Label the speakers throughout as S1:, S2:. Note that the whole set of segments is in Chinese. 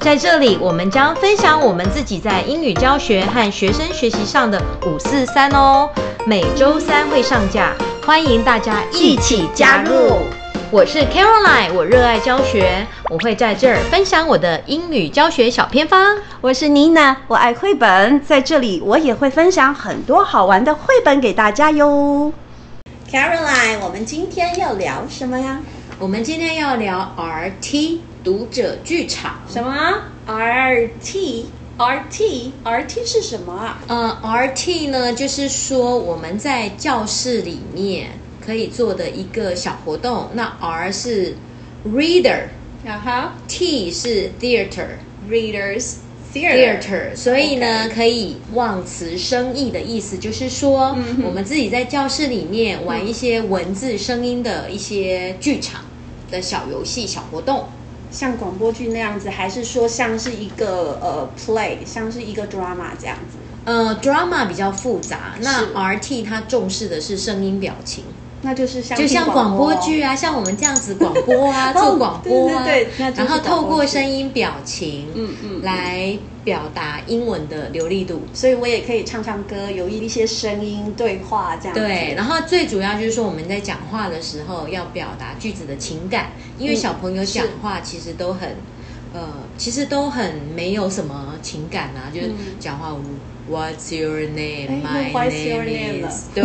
S1: 在这里，我们将分享我们自己在英语教学和学生学习上的五四三哦，每周三会上架，欢迎大家一起加入。我是 Caroline，我热爱教学，我会在这儿分享我的英语教学小偏方。
S2: 我是妮娜，我爱绘本，在这里我也会分享很多好玩的绘本给大家哟。Caroline，我们今天要聊什么呀？
S1: 我们今天要聊 RT 读者剧场。
S2: 什么？R T R T R T 是什么啊？
S1: 呃，RT 呢，就是说我们在教室里面可以做的一个小活动。那 R 是 reader，T
S2: 啊哈
S1: 是 theater。
S2: ，Readers
S1: theater，所以呢可以望词生义的意思，就是说、
S2: 嗯哼
S1: 我们自己在教室里面玩一些文字、声音的一些剧场的小游戏、小活动。
S2: 像广播剧那样子，还是说像是一个呃 play，像是一个 drama 这样子？
S1: 呃，drama 比较复杂，
S2: 是
S1: 那 RT 它重视的是声音表情，
S2: 那就是像
S1: 就像
S2: 听
S1: 广播
S2: 播
S1: 剧啊，像我们这样子广播 啊，
S2: 哦
S1: 做广播啊，
S2: 对对对那就是
S1: 然后透
S2: 广播
S1: 过
S2: 剧
S1: 声音表情，
S2: 嗯嗯嗯
S1: 来表达英文的流利度。
S2: 所以我也可以唱唱歌，有一些声音对话这样子。
S1: 对，然后最主要就是说我们在讲话的时候要表达句子的情感，因为
S2: 嗯
S1: 小朋友讲
S2: 是
S1: 话其实都很，呃，其实都很没有什么情感啊，就是
S2: 嗯
S1: 讲话、What's your
S2: 哎
S1: name?
S2: 又
S1: My
S2: What's your
S1: name
S2: name 了
S1: is 对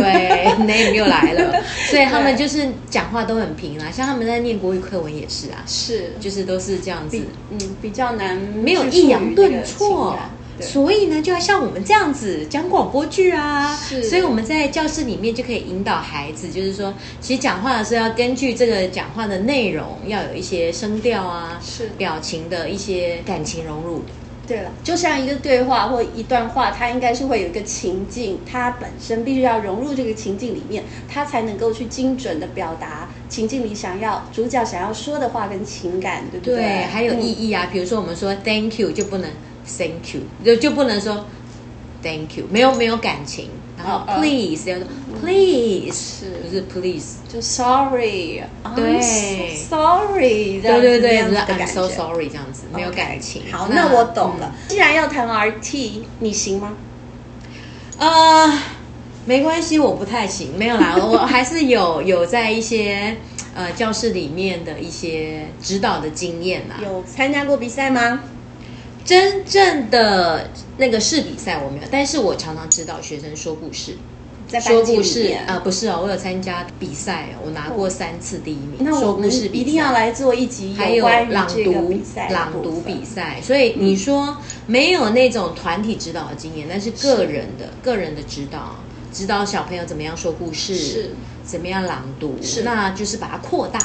S1: name 又来 了，所以他们
S2: 对
S1: 就是讲话都很平啦，啊像他们在念国语课文也是啊，
S2: 是
S1: 就是都是这样子
S2: 比，嗯比较难
S1: 没有
S2: 去
S1: 抑
S2: 赋
S1: 扬
S2: 予那个
S1: 顿挫
S2: 情感。对
S1: 所以呢，就要像我们这样子讲广播剧啊，
S2: 是
S1: 所以我们在教室里面就可以引导孩子，就是说，其实讲话的时候要根据这个讲话的内容，要有一些声调啊，
S2: 是
S1: 表情的一些感情融入。
S2: 对了，就像一个对话或一段话，它应该是会有一个情境，它本身必须要融入这个情境里面，它才能够去精准的表达情境里想要主角想要说的话跟情感，对不
S1: 对，
S2: 对，嗯
S1: 还有意
S2: 义。
S1: 义啊。比如说，我们说 thank you 就不能 thank you，就就不能说 thank you，没有没有感情。然后
S2: 哦哦
S1: please 要说 please，
S2: 是
S1: 不是 please。
S2: 就 sorry，
S1: 对
S2: I'm so sorry，这样
S1: 对
S2: 子
S1: 对
S2: 那
S1: 对，只是
S2: 样子的
S1: I'm
S2: 感
S1: so
S2: 觉。
S1: sorry 这样子，没有感情。
S2: 好，那我懂了。。既然要谈 RT，你行吗？
S1: 嗯呃，没关系，我不太行，没有 啦，我还是有有在一些呃教室里面的一些指导的经验啦。
S2: 有参加过比赛吗？
S1: 真正的那个试比赛我没有，但是我常常指导学生说故事。
S2: 在
S1: 说
S2: 班级
S1: 故
S2: 里
S1: 事
S2: 面
S1: 啊、呃不是哦，我有参加比赛，我拿过三次第一名。
S2: 那
S1: 说
S2: 我
S1: 故
S2: 们
S1: 事比赛
S2: 一定要，来做一集
S1: 还
S2: 有
S1: 有
S2: 关于
S1: 朗
S2: 这个
S1: 读
S2: 比赛、
S1: 朗读比。赛。所以
S2: 嗯
S1: 你说没有那种团体指导的经验，但是个人的个人的指导，指导小朋友怎么样说故事，
S2: 是
S1: 怎么样朗读，
S2: 是
S1: 那就是把它扩大，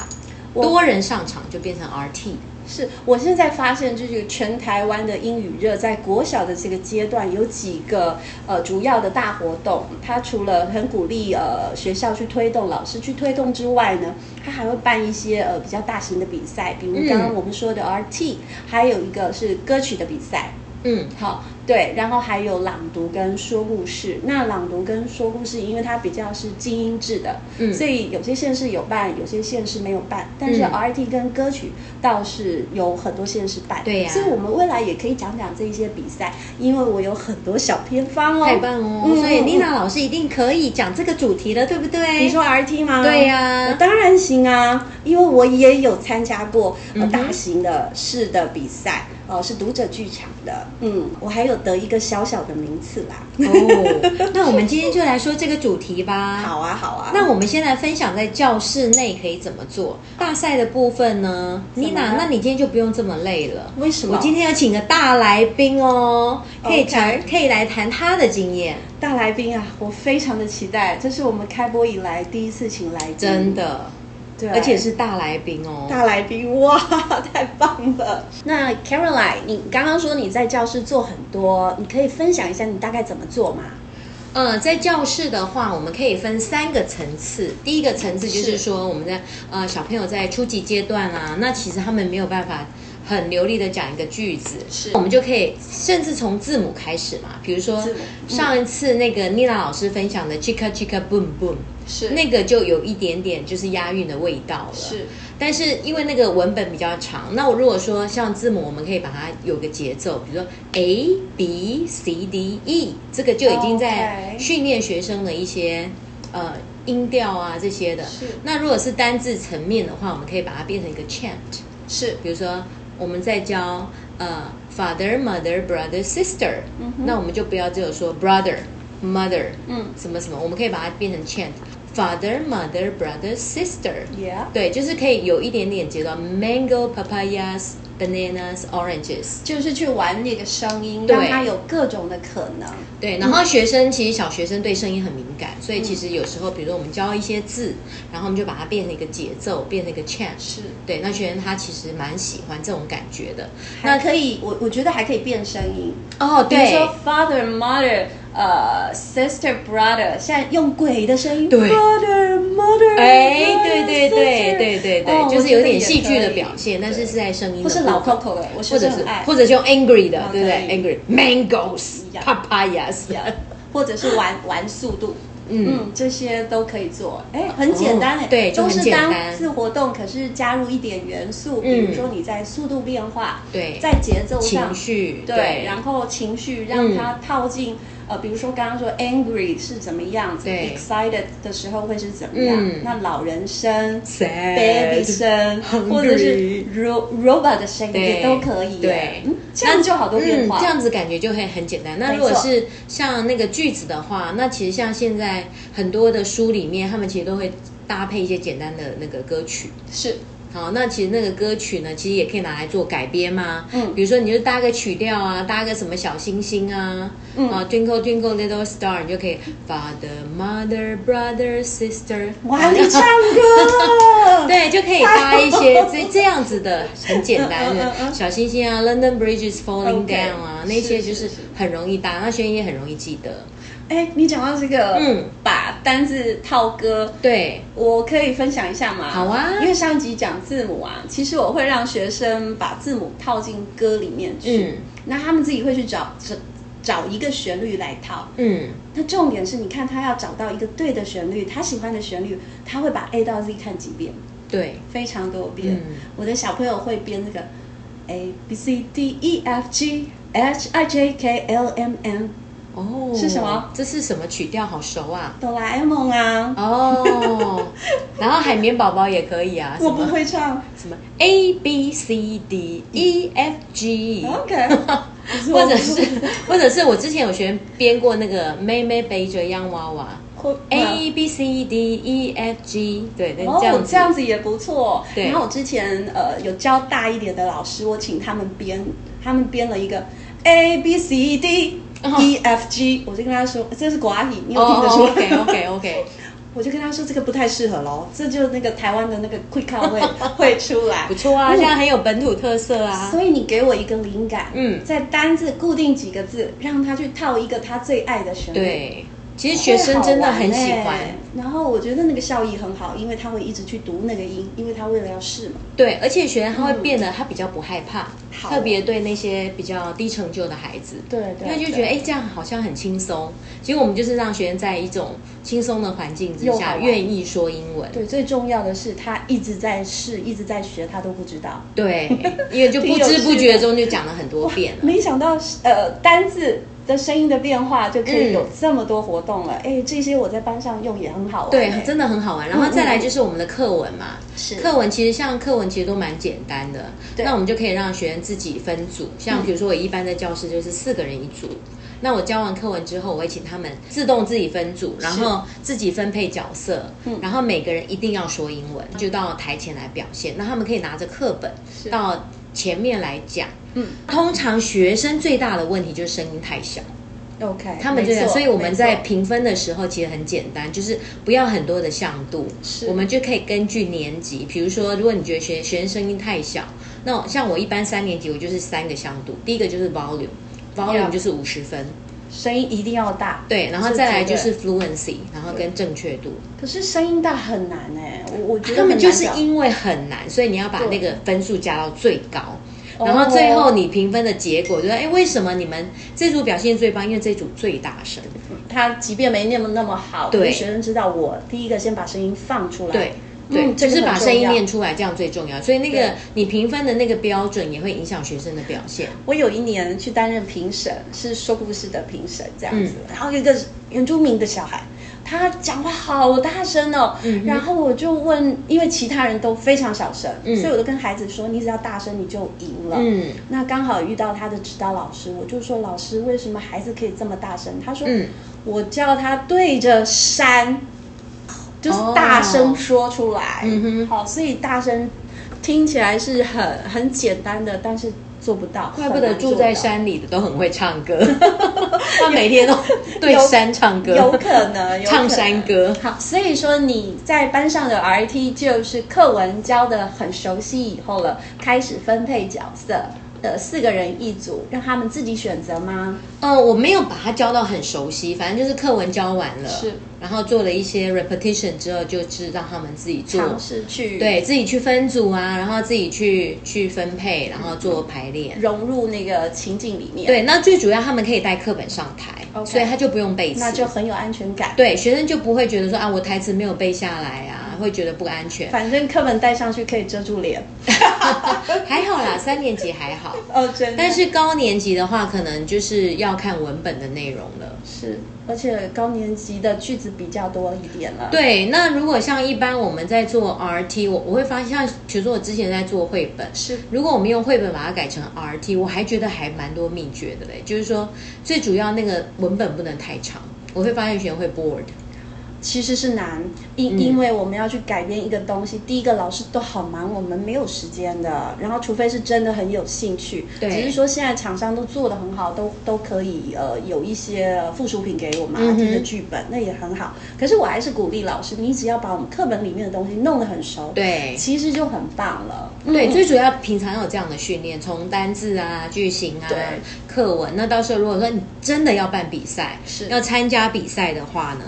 S2: 我
S1: 多人上场就变成 RT。
S2: 是我现在发现，就是全台湾的英语热，在国小的这个阶段，有几个呃主要的大活动。它除了很鼓励呃学校去推动、老师去推动之外呢，它还会办一些呃比较大型的比赛，比如刚刚
S1: 嗯
S2: 我们说的 RT，、还有一个是歌曲的比赛。
S1: 嗯，
S2: 好，对，然后还有朗读跟说故事。那朗读跟说故事，因为它比较是精英制的，
S1: 嗯
S2: 所以有些县市有办，有些县市没有办。但是
S1: 嗯
S2: RT 跟歌曲倒是有很多县市办，
S1: 对呀
S2: 所以我们未来也可以讲讲这一些比赛，因为我有很多小偏方哦。
S1: 太棒哦！
S2: 嗯
S1: 所以
S2: 嗯嗯
S1: 丽娜老师一定可以讲这个主题了，对不对？
S2: 你说 RT 吗？
S1: 对呀
S2: 我当然行啊，因为我也有参加过、
S1: 嗯
S2: 呃
S1: 哼
S2: 大型的市的比赛，哦、是读者剧场的，嗯，我还有得一个小小的名次啦。
S1: 哦， 那我们今天就来说这个主题吧。
S2: 好啊，好啊，
S1: 那我们先来分享在教室内可以怎么做。大赛的部分呢，
S2: 怎么
S1: 妮
S2: 了
S1: 娜，那你今天就不用这么累了。
S2: 为什么
S1: 我今天要请个大来宾哦，可以
S2: OK
S1: 谈可以来谈他的经验，
S2: 大来宾啊，我非常的期待，这是我们开播以来第一次请来宾，
S1: 真，的，
S2: 对，
S1: 而且是大来宾哦。
S2: 大来宾，哇， 太棒了！那 Caroline，你刚刚说你在教室做很多，你可以分享一下你大概怎么做吗？
S1: 呃，在教室的话，我们可以分三个层次。第一个层次就是
S2: 是
S1: 说，我们在呃小朋友在初级阶段啊，那其实他们没有办法很流利的讲一个句子，
S2: 是
S1: 我们就可以甚至从字母开始嘛。比如说
S2: 字母嗯
S1: 上一次那个妮娜老师分享的 “chicka chicka boom boom”，
S2: 是
S1: 那个就有一点点就是押韵的味道了。
S2: 是
S1: 但是因为那个文本比较长，那我如果说像字母，我们可以把它有个节奏，比如说 A B C D E，这个就已经在
S2: 哦 OK
S1: 训练学生的一些呃音调啊这些的。
S2: 是
S1: 那如果是单字层面的话，我们可以把它变成一个 chant，
S2: 是
S1: 比如说我们在教呃 father mother brother sister，、
S2: 嗯哼
S1: 那我们就不要只有说 brother mother
S2: 嗯
S1: 什么什么，我们可以把它变成 chant father mother brother sister。
S2: ，Yeah，
S1: 对，就是可以有一点点节奏，mango papayas bananas oranges。
S2: 就是去玩那个声音，
S1: 对
S2: 让它有各种的可能。
S1: 对，然后学生、其实小学生对声音很敏感，所以其实有时候，比如说我们教一些字，然后我们就把它变成一个节奏，变成一个 chant。
S2: 是，
S1: 对，那学生他其实蛮喜欢这种感觉的。
S2: 还可以，我我觉得还可以变声音，
S1: 哦，
S2: 比如
S1: 对
S2: 说 father mother。呃、s i s t e r brother，现在用鬼的声音
S1: 对
S2: ，brother mother，
S1: 哎，
S2: brother，
S1: 对对对
S2: sister
S1: 对对
S2: 哦
S1: 对，就
S2: 我
S1: 是
S2: 觉
S1: 有
S2: 得
S1: 点
S2: 也
S1: 戏
S2: 可
S1: 剧的
S2: 以
S1: 表现，但是是在声音的
S2: 或是
S1: 部
S2: 老
S1: 分
S2: Coco 的，我
S1: 或
S2: 是
S1: 者
S2: 很
S1: 是
S2: 爱，
S1: 或者是用 angry 的，对不
S2: 可以
S1: 对？angry mangoes
S2: 一样
S1: papayas。
S2: 或者是玩玩速度，
S1: 嗯
S2: 嗯，这些都可以做，哎，很简单哎、
S1: 哦对就
S2: 都
S1: 很
S2: 是
S1: 简单嗯
S2: 单次活动，可是加入一点元素，比如说你在速度变化，
S1: 对
S2: 在节奏
S1: 情，
S2: 上
S1: 绪
S2: 对，然后情绪让
S1: 嗯
S2: 它套进、呃，比如说刚刚说 angry 是怎么样子
S1: 对
S2: ，excited 的时候会是怎么样，
S1: 嗯
S2: 那老人声。
S1: sad
S2: baby 声，
S1: hungry
S2: 或者是 ro robot 的声音
S1: 对
S2: 也都可以耶，
S1: 对
S2: 嗯，这样就好多变化，
S1: 嗯，这样子感觉就会很简单。那
S2: 没
S1: 如
S2: 错
S1: 果是像那个句子的话，那其实像现在很多的书里面，他们其实都会搭配一些简单的那个歌曲。
S2: 是
S1: 好，那其实那个歌曲呢，其实也可以拿来做改编嘛。
S2: 嗯
S1: 比如说你就搭个曲调啊，搭个什么小星星啊，
S2: 嗯
S1: 啊，Twinkle Twinkle Little Star，你就可以 Father Mother Brother Sister。
S2: 哇，你唱 歌，
S1: 对，就可以搭一些这这样子的很简单
S2: 嗯嗯嗯
S1: 的
S2: 嗯
S1: 小星星啊，London Bridge is falling
S2: OK，
S1: down 啊，
S2: 是
S1: 那些
S2: 是
S1: 就是
S2: 是
S1: 很容易搭，那学生也很容易记得。
S2: 哎，你讲到这个，
S1: 嗯
S2: 把单字套歌，
S1: 对，
S2: 我可以分享一下吗？
S1: 好啊
S2: 因为上一集讲字母啊，其实我会让学生把字母套进歌里面去，
S1: 嗯
S2: 那他们自己会去找找找一个旋律来套。
S1: 嗯，
S2: 那重点是，你看他要找到一个对的旋律，他喜欢的旋律，他会把 A 到 Z 看几遍，
S1: 对，
S2: 非常多遍。
S1: 嗯
S2: 我的小朋友会编这个 A B C D E F G H I J K L M N，
S1: 哦，
S2: 是什么？
S1: 这是什么曲调？好熟啊！
S2: 哆啦 A 梦啊，
S1: 哦，然后海绵宝宝也可以啊，
S2: 我
S1: 什么
S2: 不会唱。
S1: 什么 A B C D E F G，
S2: OK，
S1: 或者是或者是我之前有学员编过那个妹妹背着洋娃娃。
S2: 或
S1: A B C D E F G，对，那
S2: 哦
S1: 这样，子，
S2: 这样子也不错。
S1: 对
S2: 然后我之前呃有教大一点的老师，我请他们编，他们编了一个 A B C D
S1: 哦
S2: E F G，、我就跟他说这是寡语，你有听得出
S1: 哦
S2: 来
S1: OK OK OK，
S2: 我就跟他说这个不太适合咯，这就是那个台湾的那个 quick call 会 会出来
S1: 不。错啊，
S2: 嗯
S1: 现在很有本土特色啊。
S2: 所以你给我一个灵感，
S1: 嗯
S2: 在单字固定几个字，让他去套一个他最爱的旋律。
S1: 对，其实学生真的很喜
S2: 会好
S1: 欢
S2: 玩，欸然后我觉得那个效益很好，因为他会一直去读那个音，因为他为了要试嘛。
S1: 对，而且学生他会变得他比较不害怕，
S2: 好
S1: 特别对那些比较低成就的孩子，
S2: 对对
S1: 因为就觉得哎、诶这样好像很轻松。其实我们就是让学生在一种轻松的环境之
S2: 又好
S1: 下，
S2: 玩
S1: 愿意说英文。
S2: 对，最重要的是他一直在试，一直在学，他都不知道。
S1: 对，因为就 不知不觉中就讲了很多遍了。
S2: 没想到呃，单字的声音的变化就可以有这么多活动了。哎、这些我在班上用也很好玩、
S1: 对
S2: 哎，
S1: 真的很好玩。然后再来就是我们的课文嘛，
S2: 是
S1: 课文其实像课文其实都蛮简单的，
S2: 对嗯
S1: 那我们就可以让学员自己分组，像比如说我一般在教室就是四个人一组。那我教完课文之后，我会请他们自动自己分组，然后自己分配角色，
S2: 嗯
S1: 然后每个人一定要说英文，就到台前来表现。那他们可以拿着课本
S2: 是
S1: 到前面来讲。
S2: 嗯
S1: 通常学生最大的问题就是声音太小，
S2: ，OK，
S1: 他们这
S2: 没
S1: 样，
S2: 错
S1: 所以我们在
S2: 没错
S1: 评分的时候其实很简单，就是不要很多的像度
S2: 是，
S1: 我们就可以根据年级，比如说，如果你觉得学学生声音太小，那我像我一般三年级，我就是三个像度，第一个就是 volume，volume
S2: Yeah
S1: 就是五十分，
S2: 声音一定要大。
S1: 对，然后再来就
S2: 这
S1: 是 fluency，然后跟正确度，
S2: 可是声音大很难哎、我我觉得
S1: 他们就是
S2: 音。
S1: 因为很难，所以你要把
S2: 对
S1: 那个分数加到最高。
S2: 哦
S1: 然后最后你评分的结果就是，哎，为什么你们这组表现最棒？因为这组最大声。
S2: 他即便没那么那么好，
S1: 对
S2: 可是学生知道我第一个先把声音放出来，
S1: 对，对，
S2: 嗯这
S1: 就
S2: 个
S1: 是
S2: 很
S1: 把
S2: 重
S1: 声音
S2: 要
S1: 念出来，这样最重要。所以那个
S2: 对
S1: 你评分的那个标准也会影响学生的表现。
S2: 我有一年去担任评审，是说故事的评审这样子，
S1: 嗯
S2: 然后有一个原住民的小孩。他讲话好大声哦，
S1: 嗯哼
S2: 然后我就问，因为其他人都非常小声，
S1: 嗯
S2: 所以我就跟孩子说，你只要大声你就赢了。
S1: 嗯
S2: 那刚好遇到他的指导老师，我就说老师，为什么孩子可以这么大声？他说，
S1: 嗯
S2: 我叫他对着山，就是大声说出来。
S1: 哦嗯哼
S2: 好，所以大声听起来是很很简单的，但是做不到，
S1: 怪不得
S2: 很难做
S1: 住
S2: 到
S1: 在。山里的都很会唱 歌，他每天都对
S2: 有
S1: 山唱歌，
S2: 有可能有可能
S1: 唱山歌
S2: 好，所以说你在班上的 RT 就是课文教的很熟悉以后了，开始分配角色，呃，四个人一组，让他们自己选择吗？
S1: 哦，我没有把它教到很熟悉，反正就是课文教完了，
S2: 是，
S1: 然后做了一些 repetition 之后，就是让他们自己做，
S2: 尝试去
S1: 对自己去分组啊，然后自己去去分配，然后做排列。
S2: 融入那个情境里面，，
S1: 对，那最主要他们可以带课本上台
S2: OK
S1: 所以他就不用背词，
S2: 那就很有安全感。
S1: 对学生就不会觉得说啊，我台词没有背下来啊，会觉得不安全。啊
S2: 反正课本带上去可以遮 住脸。
S1: 还好啦，三年级还好，
S2: 哦，真的。
S1: 但是高年级的话，可能就是要看文本的内容了。
S2: 是，而且高年级的句子比较多一点了。，
S1: 对，那如果像一般我们在做 RT，我我会发现，像比如说我之前在做绘本，
S2: 是
S1: 如果我们用绘本把它改成 RT，我还觉得还蛮多秘诀的嘞。就是说，最主要那个文本不能太长，我会发现学生会 bored。
S2: 其实是难，因、
S1: 嗯
S2: 因为我们要去改变一个东西，第一个老师都好忙，我们没有时间的。然后，除非是真的很有兴趣，
S1: 对
S2: 只是说现在厂商都做得很好，都都可以呃有一些呃附属品给我们
S1: 嗯哼
S2: RT 的剧本，那也很好。可是我还是鼓励老师，你只要把我们课本里面的东西弄得很熟，，
S1: 对。
S2: 其实就很棒了。
S1: 对，
S2: 嗯
S1: 最主要平常有这样的训练，从单字啊、句型啊
S2: 对、
S1: 课文。那到时候如果说你真的要办比赛，
S2: 是
S1: 要参加比赛的话呢，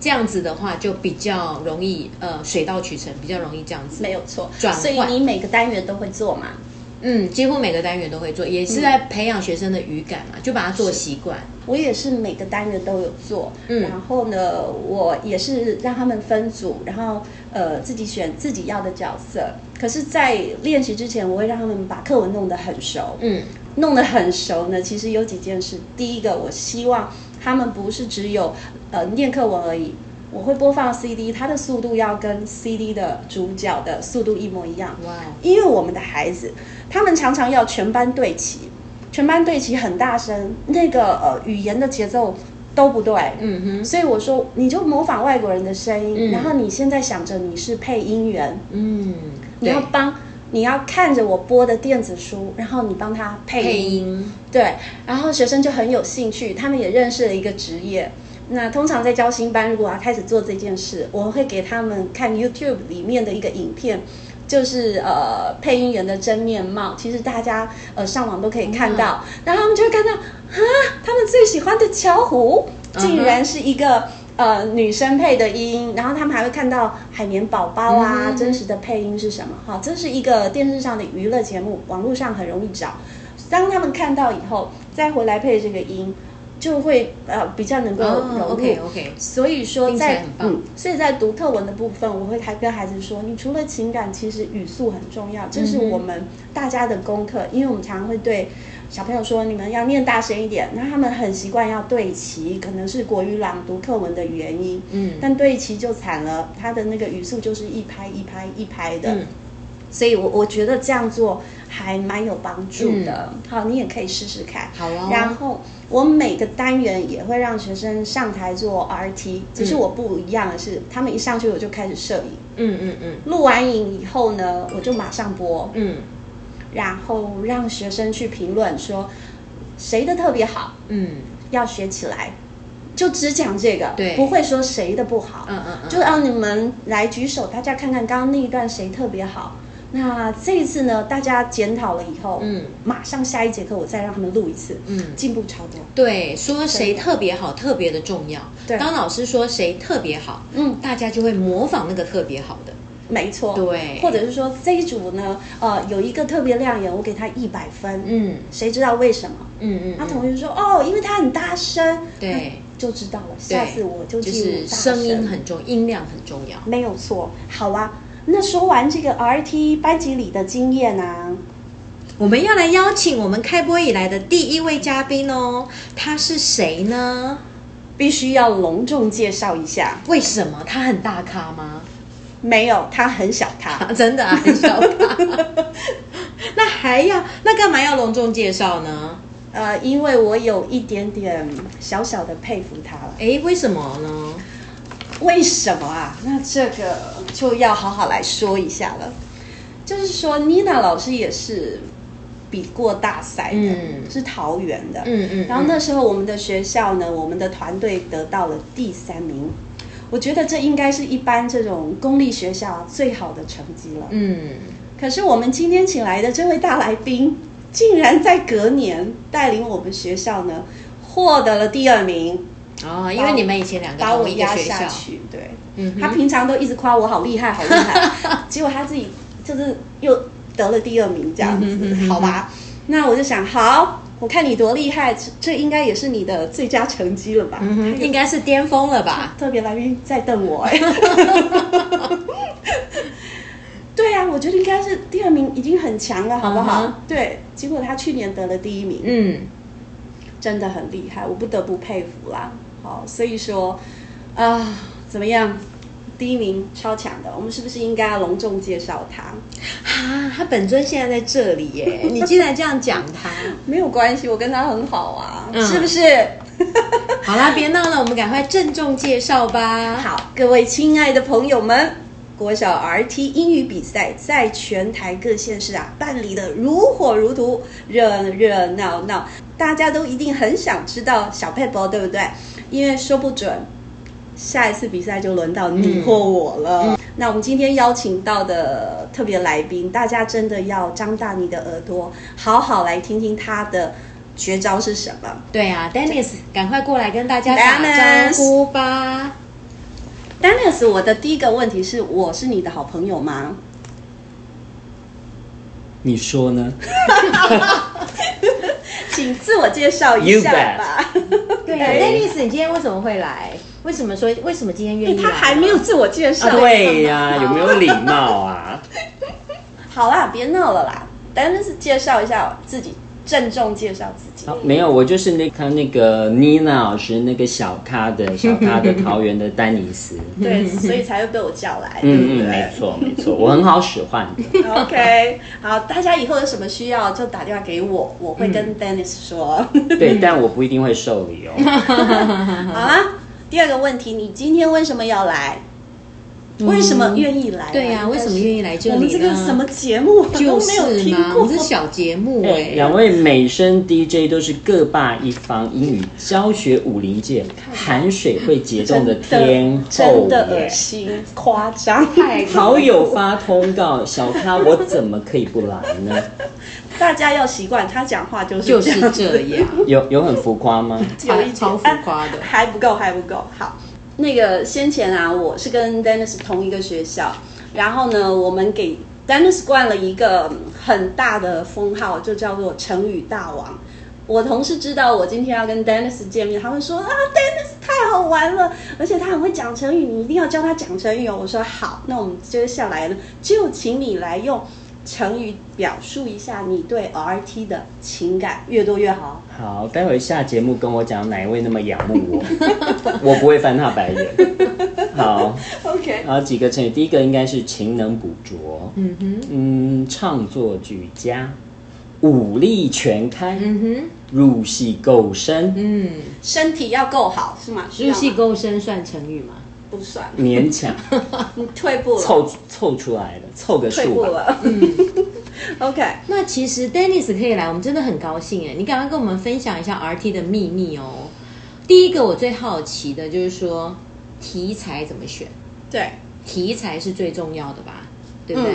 S1: 这样子的话就比较容易呃水到渠成，比较容易这样子。
S2: 没有错，
S1: 转
S2: 所以
S1: 换
S2: 你每个单元都会做嘛？
S1: 嗯，几乎每个单元都会做，也是在培养学生的语感
S2: 嗯
S1: 嘛，就把它做习惯。
S2: 我也是每个单元都有做，
S1: 嗯
S2: 然后呢，我也是让他们分组，然后呃自己选自己要的角色。可是，在练习之前，我会让他们把课文弄得很熟，
S1: 嗯，
S2: 弄得很熟呢。其实有几件事，第一个，我希望他们不是只有呃念课文而已。我会播放 CD，它的速度要跟 CD 的主角的速度一模一样。
S1: 哇哦，
S2: 因为我们的孩子，他们常常要全班对齐，全班对齐很大声，那个呃语言的节奏都不对。
S1: 嗯哼，
S2: 所以我说，你就模仿外国人的声
S1: 嗯
S2: 音，然后你现在想着你是配音员，
S1: 嗯，对
S2: 你要，帮，你要看着我播的电子书，然后你帮他配
S1: 配音，
S2: 对，然后学生就很有兴趣，他们也认识了一个职业。那通常在教新班，如果要开始做这件事，我会给他们看 YouTube 里面的一个影片，就是呃配音员的真面貌。其实大家呃上网都可以看到，然后他们就会看到啊，他们最喜欢的巧虎竟然是一个。呃，女生配的音，然后他们还会看到海绵宝宝啊，
S1: 嗯哼
S2: 真实的配音是什么？好，这是一个电视上的娱乐节目，网络上很容易找。当他们看到以后，再回来配这个音，就会呃比较能够融入。
S1: 哦，OK OK，
S2: 所以说
S1: 听起来
S2: 在
S1: 很棒
S2: 嗯，所以在读课文的部分，我会还跟孩子说，你除了情感，其实语速很重要，这是
S1: 嗯哼
S2: 我们大家的功课，因为我们常常会对。小朋友说：“你们要念大声一点。”那他们很习惯要对齐，可能是国语朗读课文的原因。
S1: 嗯
S2: 但对齐就惨了，他的那个语速就是一拍一拍一拍的。
S1: 嗯，
S2: 所以我我觉得这样做还蛮有帮助的。好，你也可以试试看。
S1: 嗯好哦
S2: 然后我每个单元也会让学生上台做 RT，只是我不一样的是，他们一上去我就开始摄影，
S1: 嗯嗯嗯
S2: 录完影以后呢，我就马上播，
S1: 嗯
S2: 然后让学生去评论说谁的特别好，
S1: 嗯
S2: 要学起来。就只讲这个，
S1: 对
S2: 不会说谁的不好，
S1: 嗯嗯嗯
S2: 就让你们来举手，大家看看刚刚那一段谁特别好。那这一次呢，大家检讨了以后，
S1: 嗯
S2: 马上下一节课我再让他们录一次，
S1: 嗯，
S2: 进步超多。
S1: 对，说谁
S2: 对
S1: 特别好，特别的重要。
S2: 对
S1: 当老师说谁特别好，
S2: 嗯，
S1: 大家就会模仿那个特别好的。
S2: 没错，
S1: 对
S2: 或者是说这一组呢，呃，有一个特别亮眼，我给他一百分，
S1: 嗯
S2: 谁知道为什么？
S1: 嗯嗯，
S2: 他
S1: 嗯
S2: 同学说、哦，因为他很大声，
S1: 对，
S2: 就知道了，
S1: 对
S2: 下次我就
S1: 就
S2: 记录
S1: 是
S2: 大
S1: 声音很重要，音量很重要。
S2: 没有错。好啊，那说完这个 RT 班级里的经验啊，
S1: 我们要来邀请我们开播以来的第一位嘉宾哦，他是谁呢？
S2: 必须要隆重介绍一下。
S1: 为什么他很大咖吗？
S2: 没有，他很小咖。
S1: 啊真的啊，很小咖。 那还要那干嘛要隆重介绍呢？
S2: 呃，因为我有一点点小小的佩服他了。
S1: 诶，为什么呢？
S2: 为什么啊？那这个就要好好来说一下了。就是说，妮娜老师也是比过大赛的，
S1: 嗯
S2: 是桃园的。
S1: 嗯嗯
S2: 然后那时候我们的学校呢，我们的团队得到了第三名。我觉得这应该是一般这种公立学校最好的成绩了。
S1: 嗯，
S2: 可是我们今天请来的这位大来宾，竟然在隔年带领我们学校呢，获得了第二名，
S1: 哦，因为你们以前两个
S2: 把我
S1: 同一个
S2: 压
S1: 学
S2: 下
S1: 校，
S2: 去。对，
S1: 嗯哼
S2: 他平常都一直夸我好厉害，好厉 害，结果他自己就是又得了第二名这样子，
S1: 嗯哼嗯哼
S2: 好吧？那我就想，好，我看你多厉害，这这应该也是你的最佳成绩了吧？
S1: 嗯哼，应该是巅峰了吧？
S2: 特别来宾在瞪 我哎、对啊，我觉得应该是第二名已经很强了，好不好
S1: 嗯哼
S2: 对，结果他去年得了第一名，
S1: 嗯，
S2: 真的很厉害，我不得不佩服啦。好，所以说啊、怎么样？第一名超强的，我们是不是应该要隆重介绍他？
S1: 啊，他本尊现在在这里耶， 你竟然这样讲他，
S2: 没有关系，我跟他很好啊，
S1: 嗯
S2: 是不是？
S1: 好啦，别闹了，我们赶快郑重介绍吧。
S2: 好，各位亲爱的朋友们，国小 RT 英语比赛在全台各县市啊办理的如火如荼，热热闹闹，大家都一定很想知道小佩博对不对？因为说不准。下一次比赛就轮到你
S1: 嗯
S2: 或我了。那我们今天邀请到的特别来宾，大家真的要张大你的耳朵，好好来听听他的绝招是什么。
S1: 对啊，Dennis，赶快过来跟大家打招呼吧。
S2: Dennis，我的第一个问题是，我是你的好朋友吗？
S3: 你说呢？
S2: 请自我介绍一下吧。
S1: 对啊，Dennis，你今天为什么会来？为什么说为什么今天愿意来？ 啊
S2: 他还没有自我介绍。
S3: 对呀、有没有礼貌啊？
S2: 好啦，别闹了啦。Dennis，介绍一下自己，郑重介绍自己
S3: 好。没有，我就是那他那个妮娜老师那个小咖的小咖的桃园的丹尼 斯。
S2: 对，所以才会被我叫来，
S3: 嗯
S2: 对
S3: 嗯，
S2: 不
S3: 没
S2: 对
S3: 错没错，我很好使唤的。
S2: ？OK，好，大家以后有什么需要就打电话给我，我会
S1: 嗯
S2: 跟 Dennis 说。
S3: 对，但我不一定会受理哦。
S2: 好啦，第二个问题，你今天为什么要来？为什么愿意来啊？
S1: 嗯对呀、
S2: 应
S1: 为
S2: 该是
S1: 什么愿意来这里
S2: 我
S1: 呢？
S2: 们这个什么节目
S1: 就
S2: 都没有
S1: 是
S2: 听
S1: 嘛，
S2: 过
S1: 我们，是小节目哎、
S3: 对，两位美声 DJ 都是各霸一方，英语教学武林界含水会结冻的天后
S2: 真的
S3: 耶
S2: 恶心夸张。
S1: 太
S3: 好友发通告，小咖我怎么可以不来呢？
S2: 大家要习惯他讲话就是
S1: 就是
S2: 样子
S1: 这， 样，
S3: 有有很浮夸吗？
S2: 有一点
S1: 超浮夸的
S2: 哎还不够，还不够。好，那个先前啊，我是跟 Dennis 同一个学校，然后呢，我们给 Dennis 冠了一个嗯很大的封号，就叫做成语大王。我同事知道我今天要跟 Dennis 见面，他会说啊，Dennis 太好玩了，而且他很会讲成语，你一定要教他讲成语哦。我说好，那我们接下来呢，就请你来用成语表述一下你对 RT 的情感，越多越好。
S3: 好，待会下节目跟我讲哪一位那么仰 慕我，我不会翻他白眼。好，
S2: OK，
S3: 好几个成语，第一个应该是勤能补拙，
S1: 嗯哼，
S3: 嗯，唱作俱佳，武力全开，
S1: 嗯哼，
S3: 入戏够深，
S1: 嗯，
S2: 身体要够好是吗？需要
S1: 入
S2: 吗
S1: 戏够深算成语吗？
S2: 不算，
S1: 嗯
S3: 勉强
S2: 你退步了，
S3: 凑凑出来的，凑个
S2: 退
S3: 数
S2: 步
S3: 吧。
S2: 了。OK，嗯
S1: 那其实 Dennis 可以来，我们真的很高兴哎！你赶快跟我们分享一下 RT 的秘密哦。第一个我最好奇的就是说题材怎么选，
S2: 对，
S1: 题材是最重要的吧，对不对？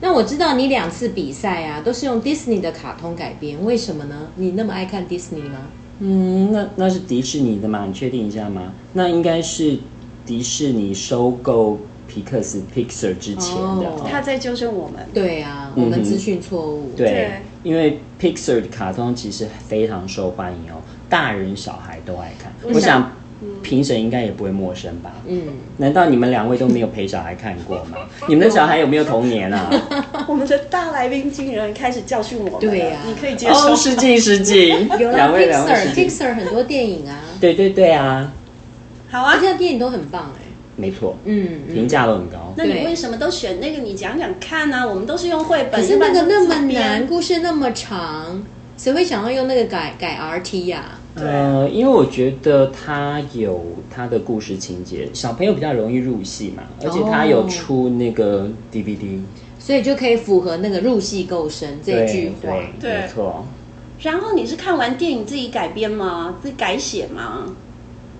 S1: 那我知道你两次比赛啊，都是用 Disney 的卡通改编，为什么呢？你那么爱看 Disney 吗？
S3: 嗯，那那是迪士尼的吗？你确定一下吗？那应该是迪士尼收购皮克斯 Pixar 之前的。
S1: 哦
S2: 他在纠正我们。
S1: 对啊，我们
S3: 嗯哼
S1: 资讯错误。
S3: 对
S2: 对，
S3: 因为 Pixar 的卡通其实非常受欢迎哦，大人小孩都爱看。
S2: 我
S3: 我想评审应该也不会陌生吧？
S1: 嗯，
S3: 难道你们两位都没有陪小孩看过吗？你们的小孩有没有童年啊？
S2: 我们的大来宾竟然开始教训我们了，
S1: 对呀
S2: 你可以接受
S3: 哦，。失敬失敬，
S1: 有啦
S3: 两位两位失敬，
S1: ，Pixar，Pixar 很多电影啊，
S3: 对对对啊，
S2: 好
S1: 而
S2: 啊，
S1: 且电影都很棒哎。
S3: 没错，
S1: 嗯，嗯
S3: 评价都很高。
S2: 那你
S1: 对
S2: 为什么都选那个？你讲讲看啊，我们都是用绘本，
S1: 可是那个
S2: 要不然
S1: 那
S2: 就
S1: 么
S2: 自编
S1: 难，，故事那么长，谁会想要用那个改改 RT 呀、
S3: 呃，因为我觉得它有它的故事情节，小朋友比较容易入戏嘛，而且它有出那个 DVD，、
S1: 所以就可以符合那个入戏够深这
S3: 对
S1: 句话。
S3: 对，
S2: 对
S3: 没错。
S2: 然后你是看完电影自己改编吗？自己改写吗？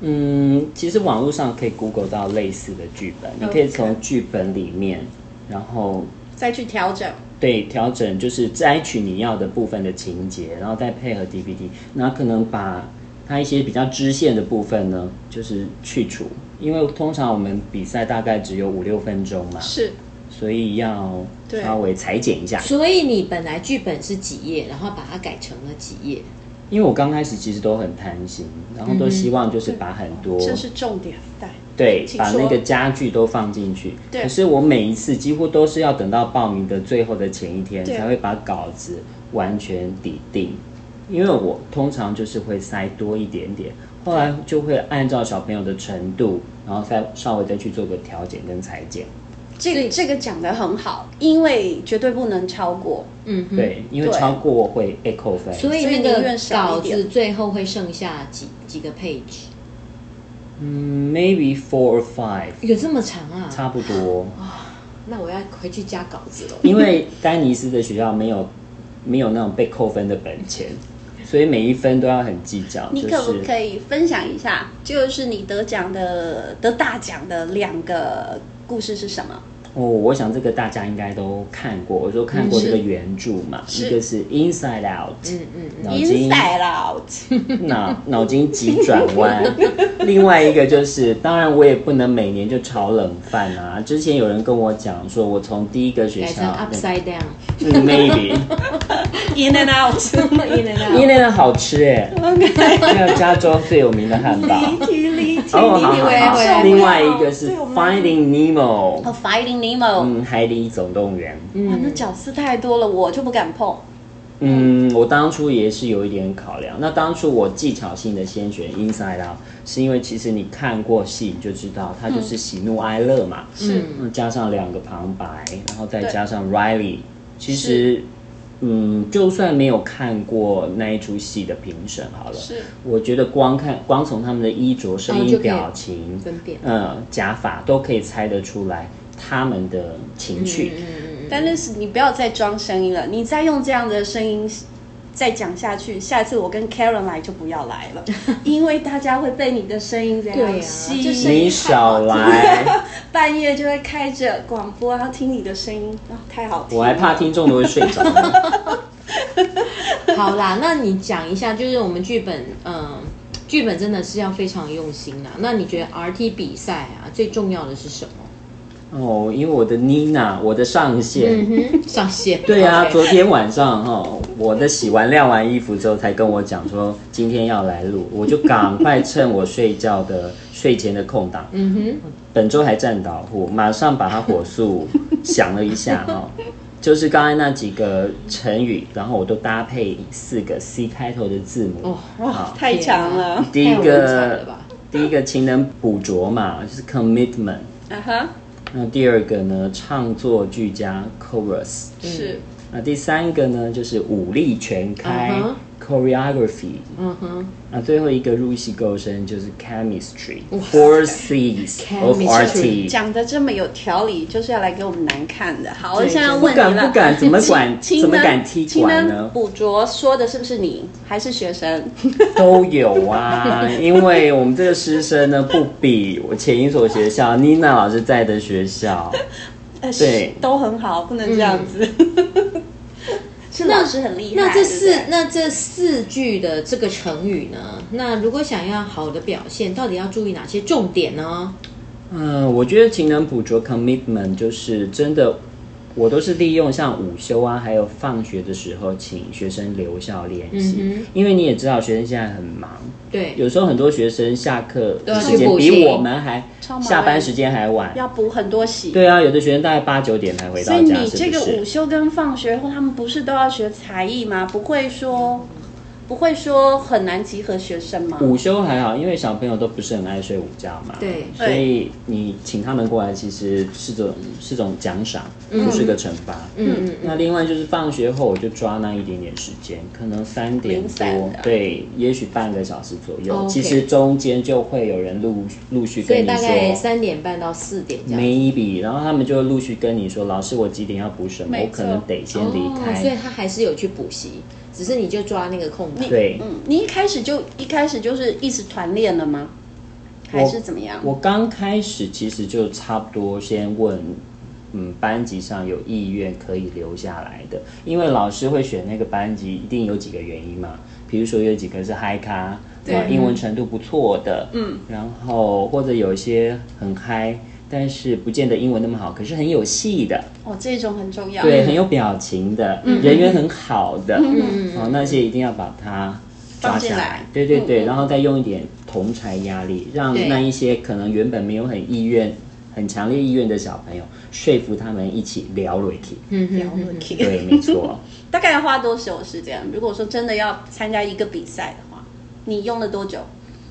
S3: 嗯，其实网络上可以 Google 到类似的剧本，你可以从剧本里面，然后
S2: 再去调整。
S3: 对调整，就是摘取你要的部分的情节，然后再配合 DVD，那可能把它一些比较支线的部分呢，就是去除，因为通常我们比赛大概只有五六分钟嘛，
S2: 是，
S3: 所以要
S2: 对
S3: 稍微裁剪一下。
S1: 所以你本来剧本是几页，然后把它改成了几页。
S3: 因为我刚开始其实都很贪心，然后都希望就是把很多、
S2: 这是重点。对，
S3: 哦对，
S2: 请
S3: 把
S2: 说
S3: 那个家具都放进去。
S2: 对
S3: 可是我每一次几乎都是要等到报名的最后的前一天
S2: 对
S3: 才会把稿子完全抵定，因为我通常就是会塞多一点点，后来就会按照小朋友的程度，然后再稍微再去做个调整跟裁剪。
S2: 这个这个讲得很好，因为绝对不能超过。
S1: 嗯哼。
S3: 对，因为
S2: 对
S3: 超过会被扣分。
S1: 所以
S2: 所以
S1: 那
S2: 宁
S1: 个
S2: 愿少
S1: 稿
S2: 一点
S1: 子最后会剩下几几个 page，
S3: 嗯，maybe four or five，
S1: 有这么长啊？
S3: 差不多。
S1: 那我要回去加稿子了。
S3: 因为丹尼斯的学校没有没有那种被扣分的本钱，所以每一分都要很计较。
S2: 你可
S3: 就
S2: 不
S3: 是
S2: 可以分享一下，就是你得奖的得大奖的两个故事是什么？
S3: 哦，我想这个大家应该都看过，我说看过这个原著嘛，
S2: 是
S3: 一个是 Inside Out，
S1: 嗯嗯嗯，
S3: 脑筋
S2: Inside Out，
S3: 脑脑筋急转弯，另外一个就是，当然我也不能每年就炒冷饭啊。之前有人跟我讲说，我从第一个学
S1: 改成
S3: 校
S1: upside down，
S3: 嗯 maybe，
S2: In and Out，
S1: in and out
S3: 因为那个好吃哎、那个加州最有名的汉堡。
S2: 离题离题，
S3: 哦，好
S2: 离题
S3: 好
S1: 以为
S3: 好
S1: 会
S3: 好。
S1: 啊
S3: 另外一个是
S2: 对我们
S3: Finding Nemo，
S2: 哦，Finding Nemo，
S3: 嗯，海底总动员。
S2: 哇，那角色太多了，我就不敢碰。
S3: 嗯，我当初也是有一点考量。那当初我技巧性的先选 Inside Out，是因为其实你看过戏你就知道，它就是喜怒哀乐嘛。
S2: 是
S3: 嗯，加上两个旁白，然后再
S2: 对
S3: 加上 Riley，其实。嗯，就算没有看过那一出戏的评审好了，
S2: 是
S3: 我觉得光看光从他们的衣着、声
S1: 哦就
S3: 音、
S1: 可以
S3: 表情，
S1: 分辨。
S3: 嗯，假发都可以猜得出来他们的情
S1: 嗯
S3: 绪。
S2: 但是你不要再装声音了，你再用这样的声音再讲下去，下次我跟 Karen 来就不要来 了，因为大家会被你的声音这
S1: 对啊
S2: 样吸
S1: 就
S2: 引。
S1: 声音
S3: 你少来，
S2: 半夜就会开着广播，然后听你的声音，啊、太好听了。
S3: 我还怕听众都会睡着 呢。
S1: 好啦，那你讲一下，就是我们剧本，嗯、剧本真的是要非常用心啦。啊那你觉得 RT 比赛啊，最重要的是什么？
S3: 哦，因为我的妮娜，我的上
S2: 嗯
S3: 线。
S1: 哼，上线。
S3: 对啊
S1: 嗯 OK
S3: 昨天晚上哈、哦我的洗完晾完衣服之后，才跟我讲说今天要来录，我就赶快趁我睡觉的睡前的空档，
S1: 嗯
S3: 本周还占导护，马上把它火 速想了一下哈、就是刚才那几个成语，然后我都搭配四个 C 开头的字母。
S1: 哦
S3: 好，
S2: 太强了，
S3: 第一
S1: 太文采了
S3: 个
S1: 吧
S3: 第一个情人捕捉嘛，就是 commitment。
S2: 啊哈，
S3: 那第二个呢，唱作俱佳 chorus。
S2: 是
S3: 那第三个呢，就是武力全开、
S1: 嗯哼
S3: choreography。
S1: 哼，嗯哼，
S3: 那最后一个入戏构深就是 chemistry。Four C's of
S1: Chemistry
S3: RT。
S2: 讲的这么有条理，就是要来给我们难看的。好，我
S1: 对
S2: 现在
S3: 不
S2: 问你
S3: 敢
S2: 了，
S3: 不敢，怎么 管
S2: 情
S3: 怎么
S2: 能
S3: 敢踢
S2: 情
S3: 馆
S2: 能
S3: 呢？
S2: 捕捉说的是不是你，还是学生？
S3: 都 有啊，因为我们这个师生呢，不比我前一所学校妮娜老师在的学校。
S2: 呃
S3: 对嗯
S2: 都很好，不能这样子。 是老师很厉害。
S1: 那这四
S2: 对啊不对
S1: 那这四句的这个成语呢？那如果想要好的表现，到底要注意哪些重点呢？
S3: 嗯，我觉得情人捕捉 commitment 就是真的我都是利用像午休啊，还有放学的时候，请学生留校练习。
S1: 嗯
S3: 因为你也知道，学生现在很忙，
S1: 对，
S3: 有时候很多学生下课
S1: 都要
S3: 时
S1: 去
S3: 间
S1: 补
S3: 比
S1: 习
S3: 我们还
S2: 超忙
S3: 下班时间还晚。
S2: 要补很多习。
S3: 对啊，有的学生大概八九点才回
S2: 所
S3: 到
S2: 以
S3: 家，
S2: 你这
S3: 是不
S2: 个午
S3: 是？
S2: 休跟放学后，他们不是都要学才艺吗？不会说，不会说很难集合学生吗？
S3: 午休还好，因为小朋友都不是很爱睡午觉嘛。
S1: 对
S3: 所以你请他们过来，其实是种是种奖赏，不是个惩罚。
S1: 嗯嗯
S3: 那另外就是放学后，我就抓那一点点时间，可能三点
S2: 零
S3: 多
S2: 散的，
S3: 对，也许半个小时左右。
S1: 哦 OK
S3: 其实中间就会有人陆陆续
S1: 所
S3: 跟
S1: 以
S3: 你
S1: 大概
S3: 说
S1: 三点半到四点这样。
S3: maybe，然后他们就会陆续跟你说，老师我几点要补什么，
S2: 没
S3: 我
S2: 错
S3: 可能得先离
S1: 哦，所以
S3: 开。
S1: 他还是有去补习，只是你就抓那个空档。
S3: 对，
S2: 嗯，你一开始就一开始就是一直团练了吗？还是怎么样？
S3: 我刚开始其实就差不多先问，嗯，班级上有意愿可以留下来的，因为老师会选那个班级，一定有几个原因嘛，比如说有几个是嗨咖，
S2: 对
S3: 啊英文程度不错的，嗯，然后或者有一些很嗨。但是不见得英文那么好，可是很有戏的，
S2: 哦，这种很重要。
S3: 对，很有表情的，人缘很好的，哦，那些一定要把它
S2: 嗯
S3: 抓
S2: 放进
S3: 下
S2: 来嗯
S3: 对对对，然后再用一点同才压力，让
S1: 对
S3: 那一些可能原本没有很意愿、很强烈意愿的小朋友，说服他们一起聊 r i k
S1: 嗯
S2: 聊
S1: 哼
S2: 问题。
S3: 对，没错，
S2: 大概要花多久时间？如果说真的要参加一个比赛的话，你用了多久？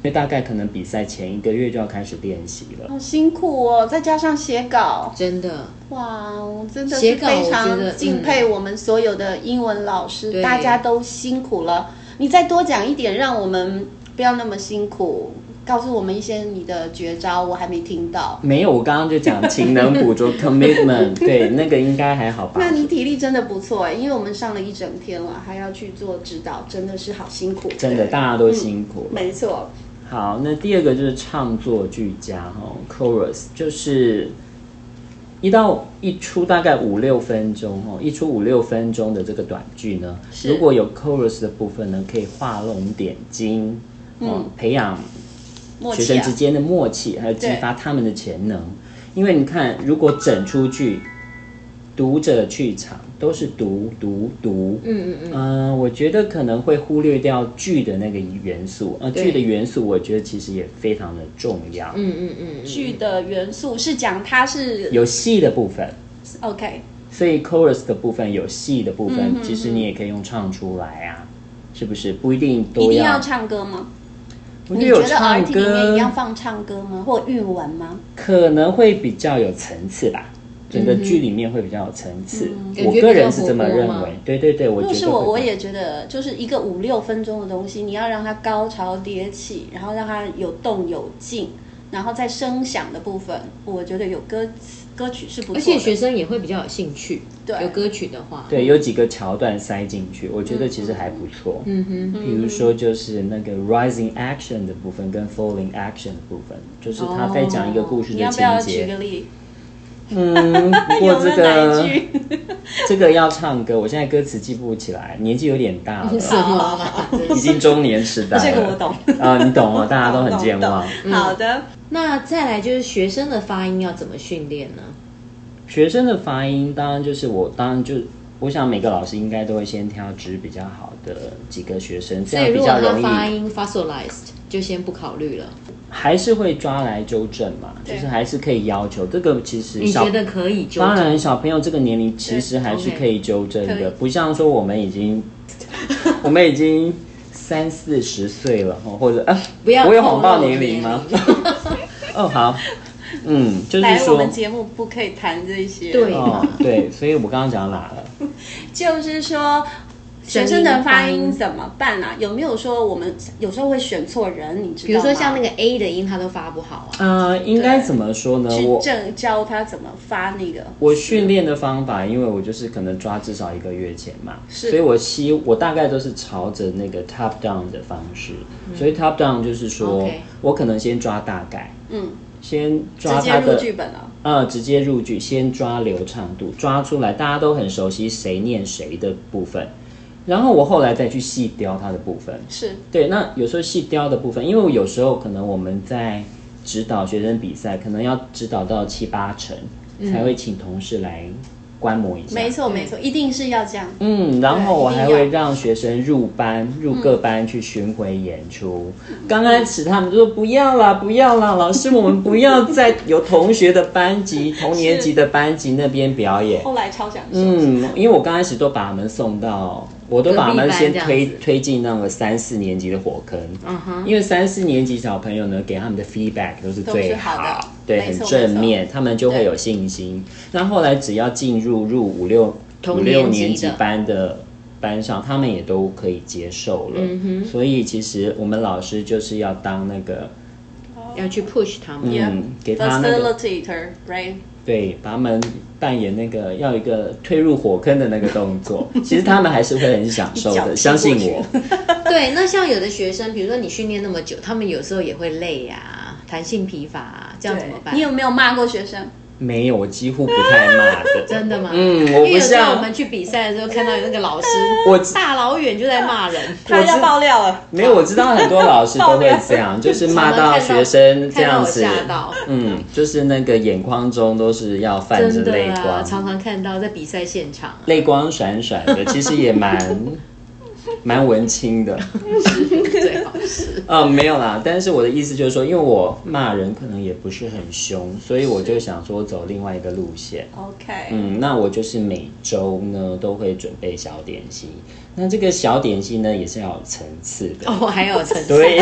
S3: 因为大概可能比赛前一个月就要开始练习了。
S2: 好辛苦哦，再加上写稿，
S1: 真的，
S2: 哇，我真的
S1: 写
S2: 是
S1: 稿我
S2: 非
S1: 觉得
S2: 常敬佩我们所有的英文
S1: 对
S2: 老
S3: 嗯
S2: 师，大家都辛苦了。你再多讲一点，让我们不要那么辛苦。告诉我们一些你的绝招，我还没听到。
S3: 没有，我刚刚就讲勤能补 拙 commitment，对，那个应该还好吧？
S2: 那你体力真的不错哎，因为我们上了一整天了，还要去做指导，真的是好辛苦。
S3: 真的，
S2: 对
S3: 大家都辛苦了。
S2: 没错，
S3: 好，那第二个就是唱作俱佳哈、哦、，chorus 就是一到一出大概五六分钟哦，一出五六分钟的这个短剧呢，
S2: 是
S3: 如果有 chorus 的部分呢，可以画龙点睛，哦，培养
S2: 默
S3: 学
S2: 契
S3: 生
S2: 啊
S3: 之，间的默契，还有激发他们的潜能。因为你看，如果整出剧读者去场都是读读读，
S1: 嗯嗯嗯，
S3: 嗯、我觉得可能会忽略掉剧的那个元素，呃，
S1: 对
S3: 剧的元素我觉得其实也非常的重要，
S1: 嗯嗯嗯嗯，
S2: 剧的元素是讲它是
S3: 有戏的部分，
S2: OK，
S3: 所以 chorus 的部分有戏的部
S2: 嗯
S3: 分，其实你也可以用唱出来啊，是不是？不一定
S2: 一
S3: 都
S2: 定要唱歌吗？
S3: 我觉
S2: 你
S3: 得
S2: 觉
S3: 有
S2: 得 R
S3: 唱
S2: T 里面一样
S3: 歌
S2: 放唱歌吗？或韵文吗？
S3: 可能会比较有层次吧。
S2: 嗯
S3: 整个剧里面会比较有层次，
S1: 嗯
S3: 我
S1: 感觉
S3: 个
S1: 比较
S3: 人是这么
S1: 活泼
S3: 认
S1: 吗
S3: 为。对对对，我
S2: 如
S3: 觉
S2: 果
S3: 得
S2: 是我，
S3: 会
S2: 我
S3: 比较
S2: 也觉得就是一个五六分钟的东西，你要让它高潮迭起，然后让它有动有静，然后在声响的部分，我觉得有歌词歌曲是不错的。
S1: 而且学生也会比较有兴趣，
S2: 对
S1: 有歌曲的话，
S3: 对，有几个桥段塞进去，我觉得其实还不错。嗯哼，比如说就是那个 rising action 的部分跟 falling action 的部分，就是他在讲一个故
S2: 哦
S3: 事
S2: 你
S3: 的
S2: 要不
S3: 情
S2: 要举
S3: 节。
S2: 个例？
S3: 嗯，不过
S2: 有没有
S3: 这
S2: 哪
S3: 个
S2: 一句？
S3: 这个要唱歌，我现在歌词记不起来，年纪有点 大了，
S1: 什么啊？
S3: 已经中年痴呆了。
S2: 这个我懂。
S3: 啊、你懂哦，大家都很健
S2: 懂
S3: 忘。嗯
S2: 懂好的，
S1: 那再来就是学生的发音要怎么训练呢？
S3: 学生的发音，当然就是我，当然就我想每个老师应该都会先挑指比较好的几个学生，这
S1: 所
S3: 样
S1: 以
S3: 比
S1: 如果
S3: 较
S1: 他
S3: 容易。
S1: 发音 fossilized，就先不考虑了。
S3: 还是会抓来纠正嘛，就
S2: 对
S3: 是还是可以要求这个。其实
S1: 你
S3: 小
S1: 觉得可以纠
S3: 当
S1: 正？
S3: 然小朋友这个年龄其实还是可以纠正
S2: 可以
S3: 的，不像说我们已经我们已经三四十岁了，哦或者啊，
S1: 不要
S3: 我有
S1: 透露
S3: 谎报年龄吗？哦，好，嗯，就是
S2: 来我
S3: 说
S2: 们。节目不可以谈这些。
S1: 对
S3: 哦，对，所以我刚刚讲到哪了？
S2: 就是说，学生的发音怎么办啊？有没有说我们有时候会选错人？你 知道吗？
S1: 比如说像那个 A 的音，他都发不好啊。
S3: 呃，应该怎么说呢？
S2: 去
S3: 我
S2: 正教他怎么发那个，
S3: 我训练的方法，因为我就是可能抓至少一个月前嘛，
S2: 是
S3: 所以我希我大概都是朝着那个 top down 的方式，
S2: 嗯
S3: 所以 top down 就是说
S1: OK
S3: 我可能先抓大概，
S2: 嗯，
S3: 先抓
S2: 直接
S3: 它
S2: 入
S3: 的
S2: 剧本啊了。
S3: 呃直接入剧，先抓流畅度，抓出来大家都很熟悉谁念谁的部分，然后我后来再去细雕它的部分，
S2: 是，
S3: 对，那有时候细雕的部分，因为有时候可能我们在指导学生比赛，可能要指导到七八成，才会请同事来观摩一下。
S2: 嗯没错没错，一定是要这样。
S3: 嗯，然后我还
S2: 对一
S3: 会
S2: 定
S3: 让学生入班，入各班去巡回演出。
S2: 嗯
S3: 刚开始他们就说不要啦，不要啦，老师，我们不要再有同学的 班级、同年级的班级那边表演。
S2: 后来超想说，
S3: 嗯，因为我刚开始都把他们送到，我都把他们先
S1: 隔壁
S3: 推
S1: 班这样
S3: 推进那个三四年级的火坑。
S2: 嗯
S3: 因为三四年级小朋友呢，给他们的 feedback 都是
S2: 都
S3: 最
S2: 是好的
S3: 对，
S2: 没
S3: 很
S2: 错
S3: 正面，他们就会有信心。那后来只要进入入五六五
S1: 同
S3: 六
S1: 年级的
S3: 年级班的。班上，他们也都可以接受了，
S2: 嗯
S3: 所以其实我们老师就是要当那个，
S1: 要去 push 他们。
S2: Yeah
S3: 嗯，给他那个
S2: facilitator，right？
S3: 对，把他们扮演那个要一个推入火坑的那个动 作，其实他们还是会很享受
S2: 一脚踢过
S3: 的，
S2: 去
S3: 相信我。
S1: 对，那像有的学生，比如说你训练那么久，他们有时候也会累呀、弹性疲乏、啊，这样怎么办？
S2: 你有没有骂过学生？
S3: 没有，我几乎不太骂 的。
S1: 真的吗？
S3: 嗯我不
S1: 因为有时候
S3: 像
S1: 我们去比赛的时候，看到有那个老师，
S3: 我
S1: 大老远就在骂 人，
S2: 他要爆料了，
S3: 没有，我知道很多 老师都会这样，就是骂到学生这
S1: 看到
S3: 样
S1: 我
S3: 子，
S1: 吓到。
S3: 嗯，就是那个眼眶中都是要泛着
S1: 真的
S3: 泪
S1: 啊，
S3: 光，
S1: 常常看到在比赛现场啊，
S3: 泪光闪 闪的，其实也蛮蛮文青的。
S1: 最好是
S3: 嗯，没有啦，但是我的意思就是说，因为我骂人可能也不是很凶，所以我就想说走另外一个路线。
S2: OK，、
S3: 嗯，那我就是每周呢都会准备小点心。那这个小点心呢也是要有层次的。
S1: 哦，还有层次，
S3: 对，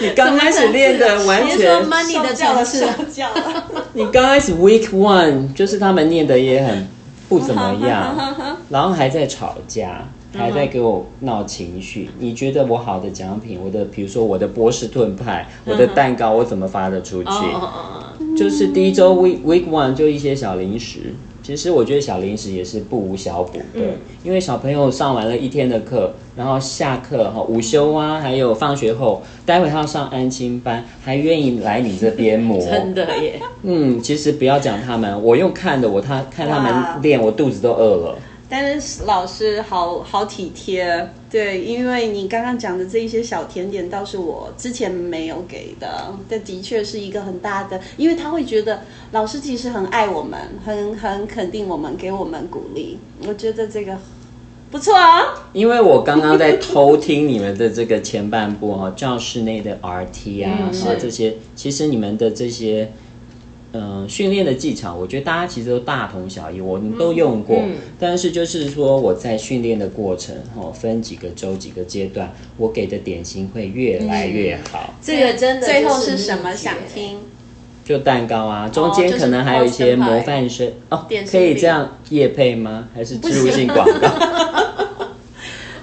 S3: 你刚开始练的完
S1: 你是说
S3: 全，
S1: money 的层次啊，
S2: 教了，
S3: 你刚开始 week one 就是他们念的也 很不怎么样，然后还在吵架。还
S1: 嗯
S3: 在给我闹情绪，你觉得我好的奖品，我的比如说我的波士顿派，我的蛋糕，我怎么发得出去？
S1: 嗯哦哦哦哦，
S3: 就是第一周 week week one 就一些小零食，其实我觉得小零食也是不无小补的，
S1: 嗯
S3: 因为小朋友上完了一天的课，然后下课哈午休啊，还有放学后，待会他要上安亲班，还愿意来你这边磨。
S1: 真的耶，
S3: 嗯，其实不要讲他们，我用看的，我他看他
S2: 哇
S3: 们练，我肚子都饿了。
S2: 但是老师好好体贴，对，因为你刚刚讲的这一些小甜点倒是我之前没有给的，但的确是一个很大的，因为他会觉得老师其实很爱我们，很很肯定我们，给我们鼓励，我觉得这个不错啊。
S3: 因为我刚刚在偷听你们的这个前半部哈、哦，教室内的 RT 啊，
S1: 嗯
S3: 然后这些，其实你们的这些，嗯、训练的技巧，我觉得大家其实都大同小异，我们都用过。
S1: 嗯
S3: 但是就是说我在训练的过程哈、哦，分几个周、几个阶段，我给的点心会越来越好。
S2: 嗯
S1: 这个真的
S2: 最后
S1: 就是是
S2: 什么
S1: 秘诀
S2: 想听？
S3: 就蛋糕啊，中
S2: 哦
S3: 间
S2: 就是
S3: 可能还有一些
S2: Boston Pie
S3: 模范生哦
S2: 点，心
S3: 可以
S2: 饼
S3: 这样夜配吗？还是植入性广告？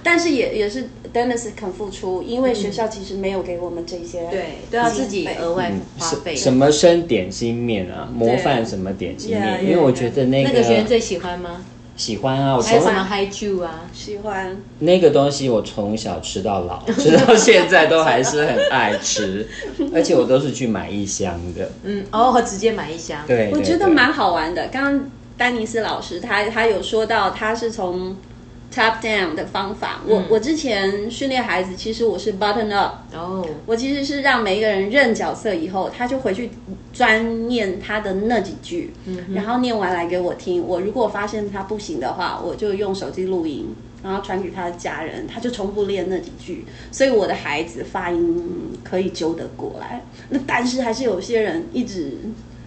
S2: 但是也也是 Dennis 肯付出，因为学校其实没有给我们这些，
S1: 对，都要自己
S2: 经费
S1: 额外
S3: 嗯
S1: 花费。
S3: 什么生点心面啊，模范什么点心
S2: Yeah,
S3: 面，
S2: yeah,
S3: 因为我觉得那
S1: 那个学生最喜欢吗？
S3: 喜欢啊，我
S1: 还有
S3: 从
S1: 什么 high Jew 啊？
S2: 喜欢。
S3: 那个东西我从小吃到老， 吃到现在都还是很爱吃， 而且我都是去买一箱的。
S1: 嗯，哦，直接买一箱。
S3: 对，
S2: 我
S3: 对
S2: 觉得
S3: 对
S2: 蛮好玩的。刚刚丹尼斯老师他他有说到，他是从 top down 的方法。
S3: 嗯
S2: 我、我之前训练孩子，其实我是 button up，
S1: 哦，
S2: 我其实是让每一个人认角色以后，他就回去专念他的那几句，然后念完来给我听。我如果发现他不行的话，我就用手机录音。然后传给他的家人，他就重复练那几句，所以我的孩子发音可以揪得过来。那但是还是有些人一直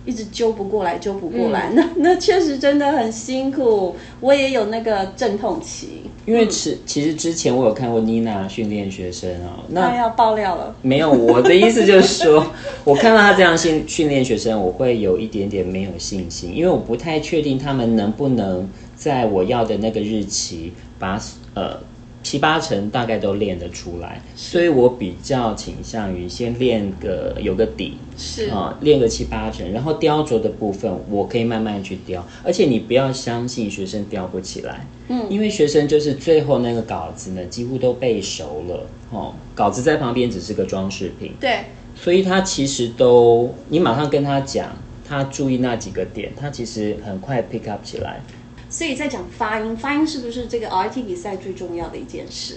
S2: 一直揪不过来，揪不过来，那那确实真的很辛苦。我也有那个阵痛期，
S3: 因为其其实之前我有看过妮娜训练学生啊，那
S2: 快要爆料了。
S3: 没有，我的意思就是说， 我看到他这样训训练学生，我会有一点点没有信心，因为我不太确定他们能不能在我要的那个日期把呃七八成大概都练得出来，所以我比较倾向于先练个有个底，
S2: 是
S3: 啊、练个七八成，然后雕琢的部分我可以慢慢去雕，而且你不要相信学生雕不起来，嗯，因为学生就是最后那个稿子呢几乎都背熟了，哦，稿子在旁边只是个装饰品，
S2: 对，
S3: 所以他其实都你马上跟他讲，他注意那几个点，他其实很快 pick up 起来。
S2: 所以在讲发音，发音是不是这个 RT 比赛最重要的一件事？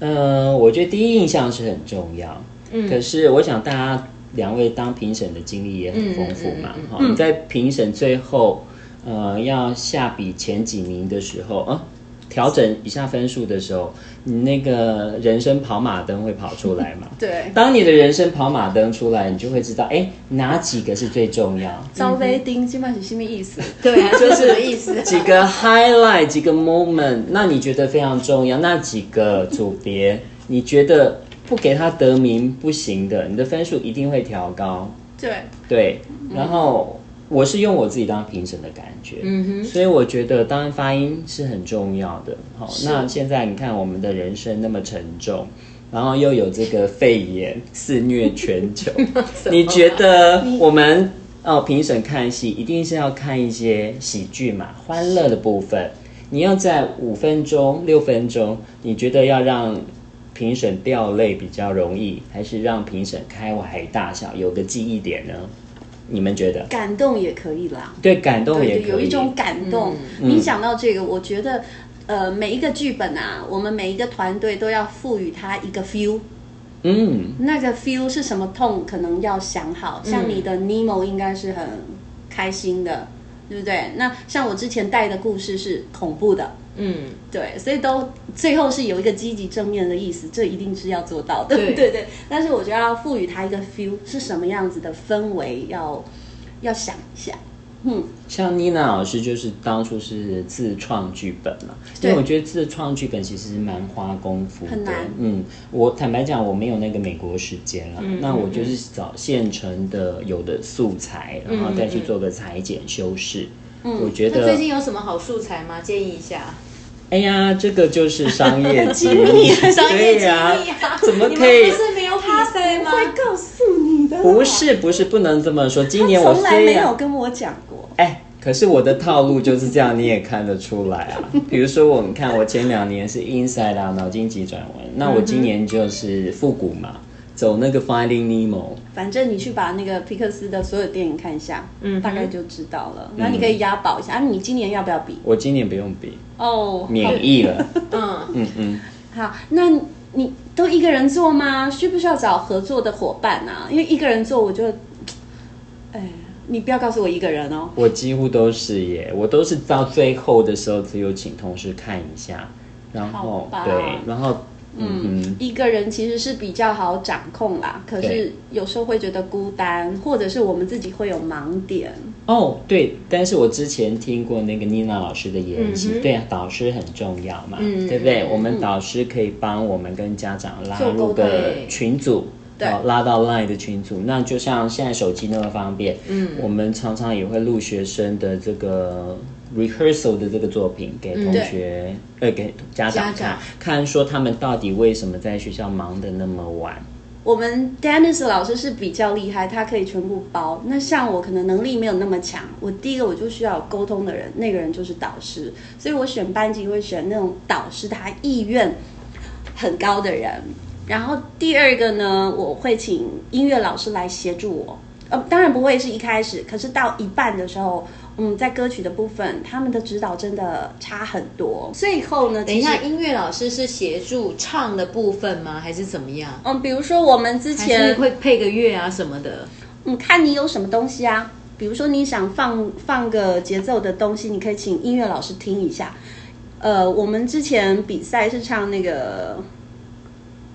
S3: 呃，我觉得第一印象是很重要，嗯，可是我想大家两位当评审的经历也很丰富嘛，哈、你在评审最后，呃要下笔前几名的时候，啊，调整一下分数的时候，你那个人生跑马灯会跑出来嘛？
S2: 对，
S3: 当你的人生跑马灯出来，你就会知道，哎，哪几个是最重要？
S2: 招杯丁今晚是什么意思？
S3: 对啊，就
S2: 什么
S3: 是
S2: 意思
S3: 几个 highlight，几个 moment，那你觉得非常重要，那几个组别，你觉得不给他得名不行的，你的分数一定会调高。
S2: 对，
S3: 对，然后我是用我自己当评审的感觉，嗯哼，所以我觉得当然发音是很重要的。好，那现在你看我们的人生那么沉重，然后又有这个肺炎肆虐全球，你觉得我们哦评审看戏一定是要看一些喜剧嘛，欢乐的部分。你要在五分钟、六分钟，你觉得要让评审掉泪比较容易，还是让评审开怀大笑，有个记忆点呢？你们觉得？
S2: 感动也可以啦。
S3: 对，感动也
S2: 对，
S3: 可以。嗯
S2: 有一种感动。你讲到这个，我觉得，呃，每一个剧本啊，我们每一个团队都要赋予它一个 feel。
S3: 嗯，
S2: 那个 feel 是什么痛，可能要想好。像你的 Nemo 应该是很开心的，对不对？那像我之前带的故事是恐怖的，
S1: 嗯，
S2: 对，所以都最后是有一个积极正面的意思，这一定是要做到的。
S1: 对
S2: 对对，但是我觉得要赋予它一个 feel 是什么样子的氛围，要要想一下。嗯，
S3: 像妮娜老师就是当初是自创剧本嘛，因
S2: 对
S3: 为我觉得自创剧本其实蛮花功夫的。
S2: 很难
S3: 嗯，我坦白讲，我没有那个美国时间了，
S1: 嗯
S3: 那我就是找现成的有的素材，然
S1: 嗯
S3: 后再去做个裁剪修饰。我觉
S1: 那
S3: 得
S1: 最近有什么好素材吗？建议一下。
S3: 哎呀，这个就是商业机密，
S1: 商业
S3: 对
S1: 机密
S3: 呀、
S1: 啊，
S3: 怎么
S1: 你
S3: 可
S1: 们
S3: 以
S1: 不？是没有比赛吗？
S2: 告诉你的啦，
S3: 不是不是，不能这么说。今年我
S2: 从来
S3: 虽
S2: 没有
S3: 然
S2: 跟我讲过。
S3: 哎，可是我的套路就是这样，你也看得出来 啊。比如说，我们看我前两年是 Inside Out 脑筋急转
S2: 嗯
S3: 弯，那我今年就是复古嘛，走那个 Finding Nemo。
S2: 反正你去把那个皮克斯的所有电影看一下，
S1: 嗯哼
S2: 大概就知道了。然后你可以押宝一下，啊，你今年要不要比？
S3: 我今年不用比，
S2: 哦，好
S3: 免疫 了。
S1: 嗯，
S3: 嗯嗯，
S2: 好，那你都一个人做吗？需不需要找合作的伙伴啊？因为一个人做，我就，哎，你不要告诉我一个人哦。
S3: 我几乎都是耶，我都是到最后的时候只有请同事看一下，然后
S2: 好吧
S3: 对，然后嗯嗯
S2: 一个人其实是比较好掌控啦，可是
S3: 对
S2: 有时候会觉得孤单，或者是我们自己会有盲点。
S3: 哦，对，但是我之前听过那个妮娜老师的演
S1: 嗯
S3: 习，
S1: 哼
S3: 对啊，导师很重要嘛，
S1: 嗯
S3: 对不对？
S1: 嗯
S3: 我们导师可以帮我们跟家长拉
S2: 做沟
S3: 入
S2: 通
S3: 个群组。
S2: 对
S3: 哦拉到 LINE 的群组，那就像现在手机那么方便，
S1: 嗯，
S3: 我们常常也会录学生的这个 rehearsal 的这个作品给同学，呃，给家
S1: 嗯家
S3: 长看，
S1: 长
S3: 看说他们到底为什么在学校忙得那么晚，
S2: 我们 Dennis 老师是比较厉害，他可以全部包。那像我可能能力没有那么强，我第一个我就需要有沟通的人，那个人就是导师，所以我选班级会选那种导师他意愿很高的人。然后第二个呢，我会请音乐老师来协助我。呃，当然不会是一开始，可是到一半的时候，嗯，在歌曲的部分，他们的指导真的差很多。最后呢，
S1: 等一
S2: 其实
S1: 下，音乐老师是协助唱的部分吗？还是怎么样？
S2: 嗯，比如说我们之
S1: 还
S2: 前
S1: 是会配个乐啊什么的？
S2: 嗯，看你有什么东西啊。比如说你想放放个节奏的东西，你可以请音乐老师听一下。呃，我们之前比赛是唱那个，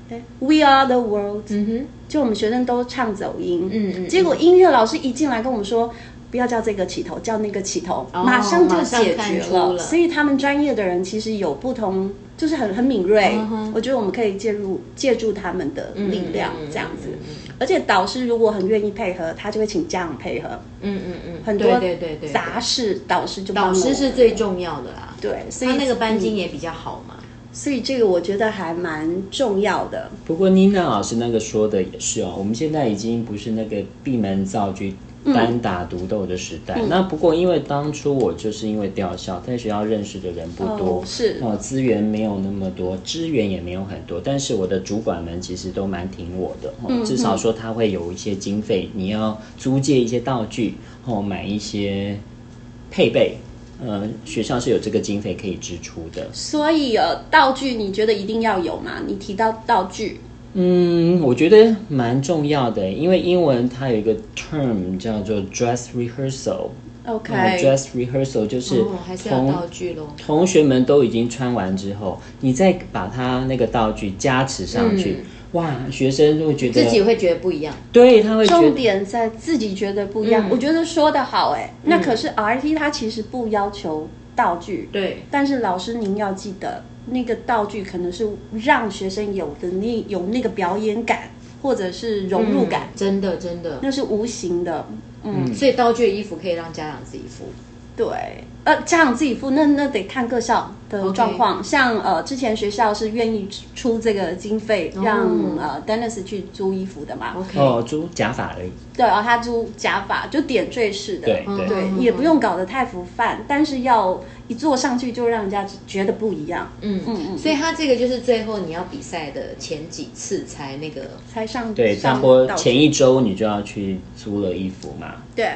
S2: 哎，We Are the World，
S1: 嗯哼，
S2: 就我们学生都唱走音。
S1: 嗯嗯嗯
S2: 结果音乐老师一进来跟我们说。不要叫这个起头，叫那个起头，
S1: 哦
S2: 马上就
S1: 马上
S2: 解
S1: 看
S2: 决
S1: 出
S2: 了。
S1: 了
S2: 所以他们专业的人其实有不同，就是很很敏锐。
S1: 嗯哼
S2: 我觉得我们可以介入借助他们的力量，
S1: 嗯嗯嗯
S2: 这样子。
S1: 嗯
S2: 而且导师如果很愿意配合，他就会请家长配合。
S1: 嗯嗯嗯，
S2: 很多
S1: 对对对对，
S2: 杂事导师就帮
S1: 导
S2: 了
S1: 师
S2: 我
S1: 是最重要的啦。
S2: 对，所以
S1: 他那个班经
S2: 嗯
S1: 也比较好嘛。
S2: 所以这个我觉得还蛮重要的。
S3: 不过妮娜老师那个说的也是哦，我们现在已经不是那个闭门造车、单打独斗的时代。
S2: 嗯
S3: 那不过因为当初我就是因为吊校，在学校认识的人不多，
S2: 哦是
S3: 哦资源没有那么多，资源也没有很多，但是我的主管们其实都蛮挺我的，哦
S2: 嗯
S3: 至少说他会有一些经费，你要租借一些道具，哦买一些配备，呃学校是有这个经费可以支出的。
S2: 所以呃，道具你觉得一定要有吗？你提到道具，
S3: 嗯，我觉得蛮重要的，因为英文它有一个 term 叫做 dress rehearsal，、
S2: OK
S3: 那种 dress rehearsal 就是
S1: 哦，还是要
S3: 同
S1: 道具喽。
S3: 同学们都已经穿完之后，你再把它那个道具加持上去，哇，学生就会觉
S1: 嗯
S3: 得
S1: 自己会觉得不一样，
S3: 对，他会觉
S2: 重
S3: 得
S2: 点在自己觉得不一样，
S1: 嗯
S2: 我觉得说得好哎、那可是 RT 它其实不要求道具，
S1: 对，
S2: 但是老师您要记得，那个道具可能是让学生有的那有那个表演感或者是融入感，
S1: 真的真的。
S2: 那是无形的。嗯，
S1: 所以道具的衣服可以让家长自己付，
S2: 对。呃，家长自己付，那那得看各校的
S1: OK
S2: 状况。像呃，之前学校是愿意出这个经费让、
S1: 哦
S2: 呃 Dennis 去租衣服的嘛。
S1: OK
S3: 哦，租假发而已，
S2: 对，然后他租假发，就点缀式的。
S3: 对
S1: 嗯
S3: 对。
S2: 对，
S1: 嗯
S2: 也不用搞得太浮泛，但是要一坐上去就让人家觉得不一样。嗯嗯嗯，
S1: 所以它这个就是最后你要比赛的前几次才那个，
S2: 才上
S3: 对，差
S2: 上
S3: 不多
S2: 到
S3: 前一周你就要去租了衣服嘛，
S2: 对。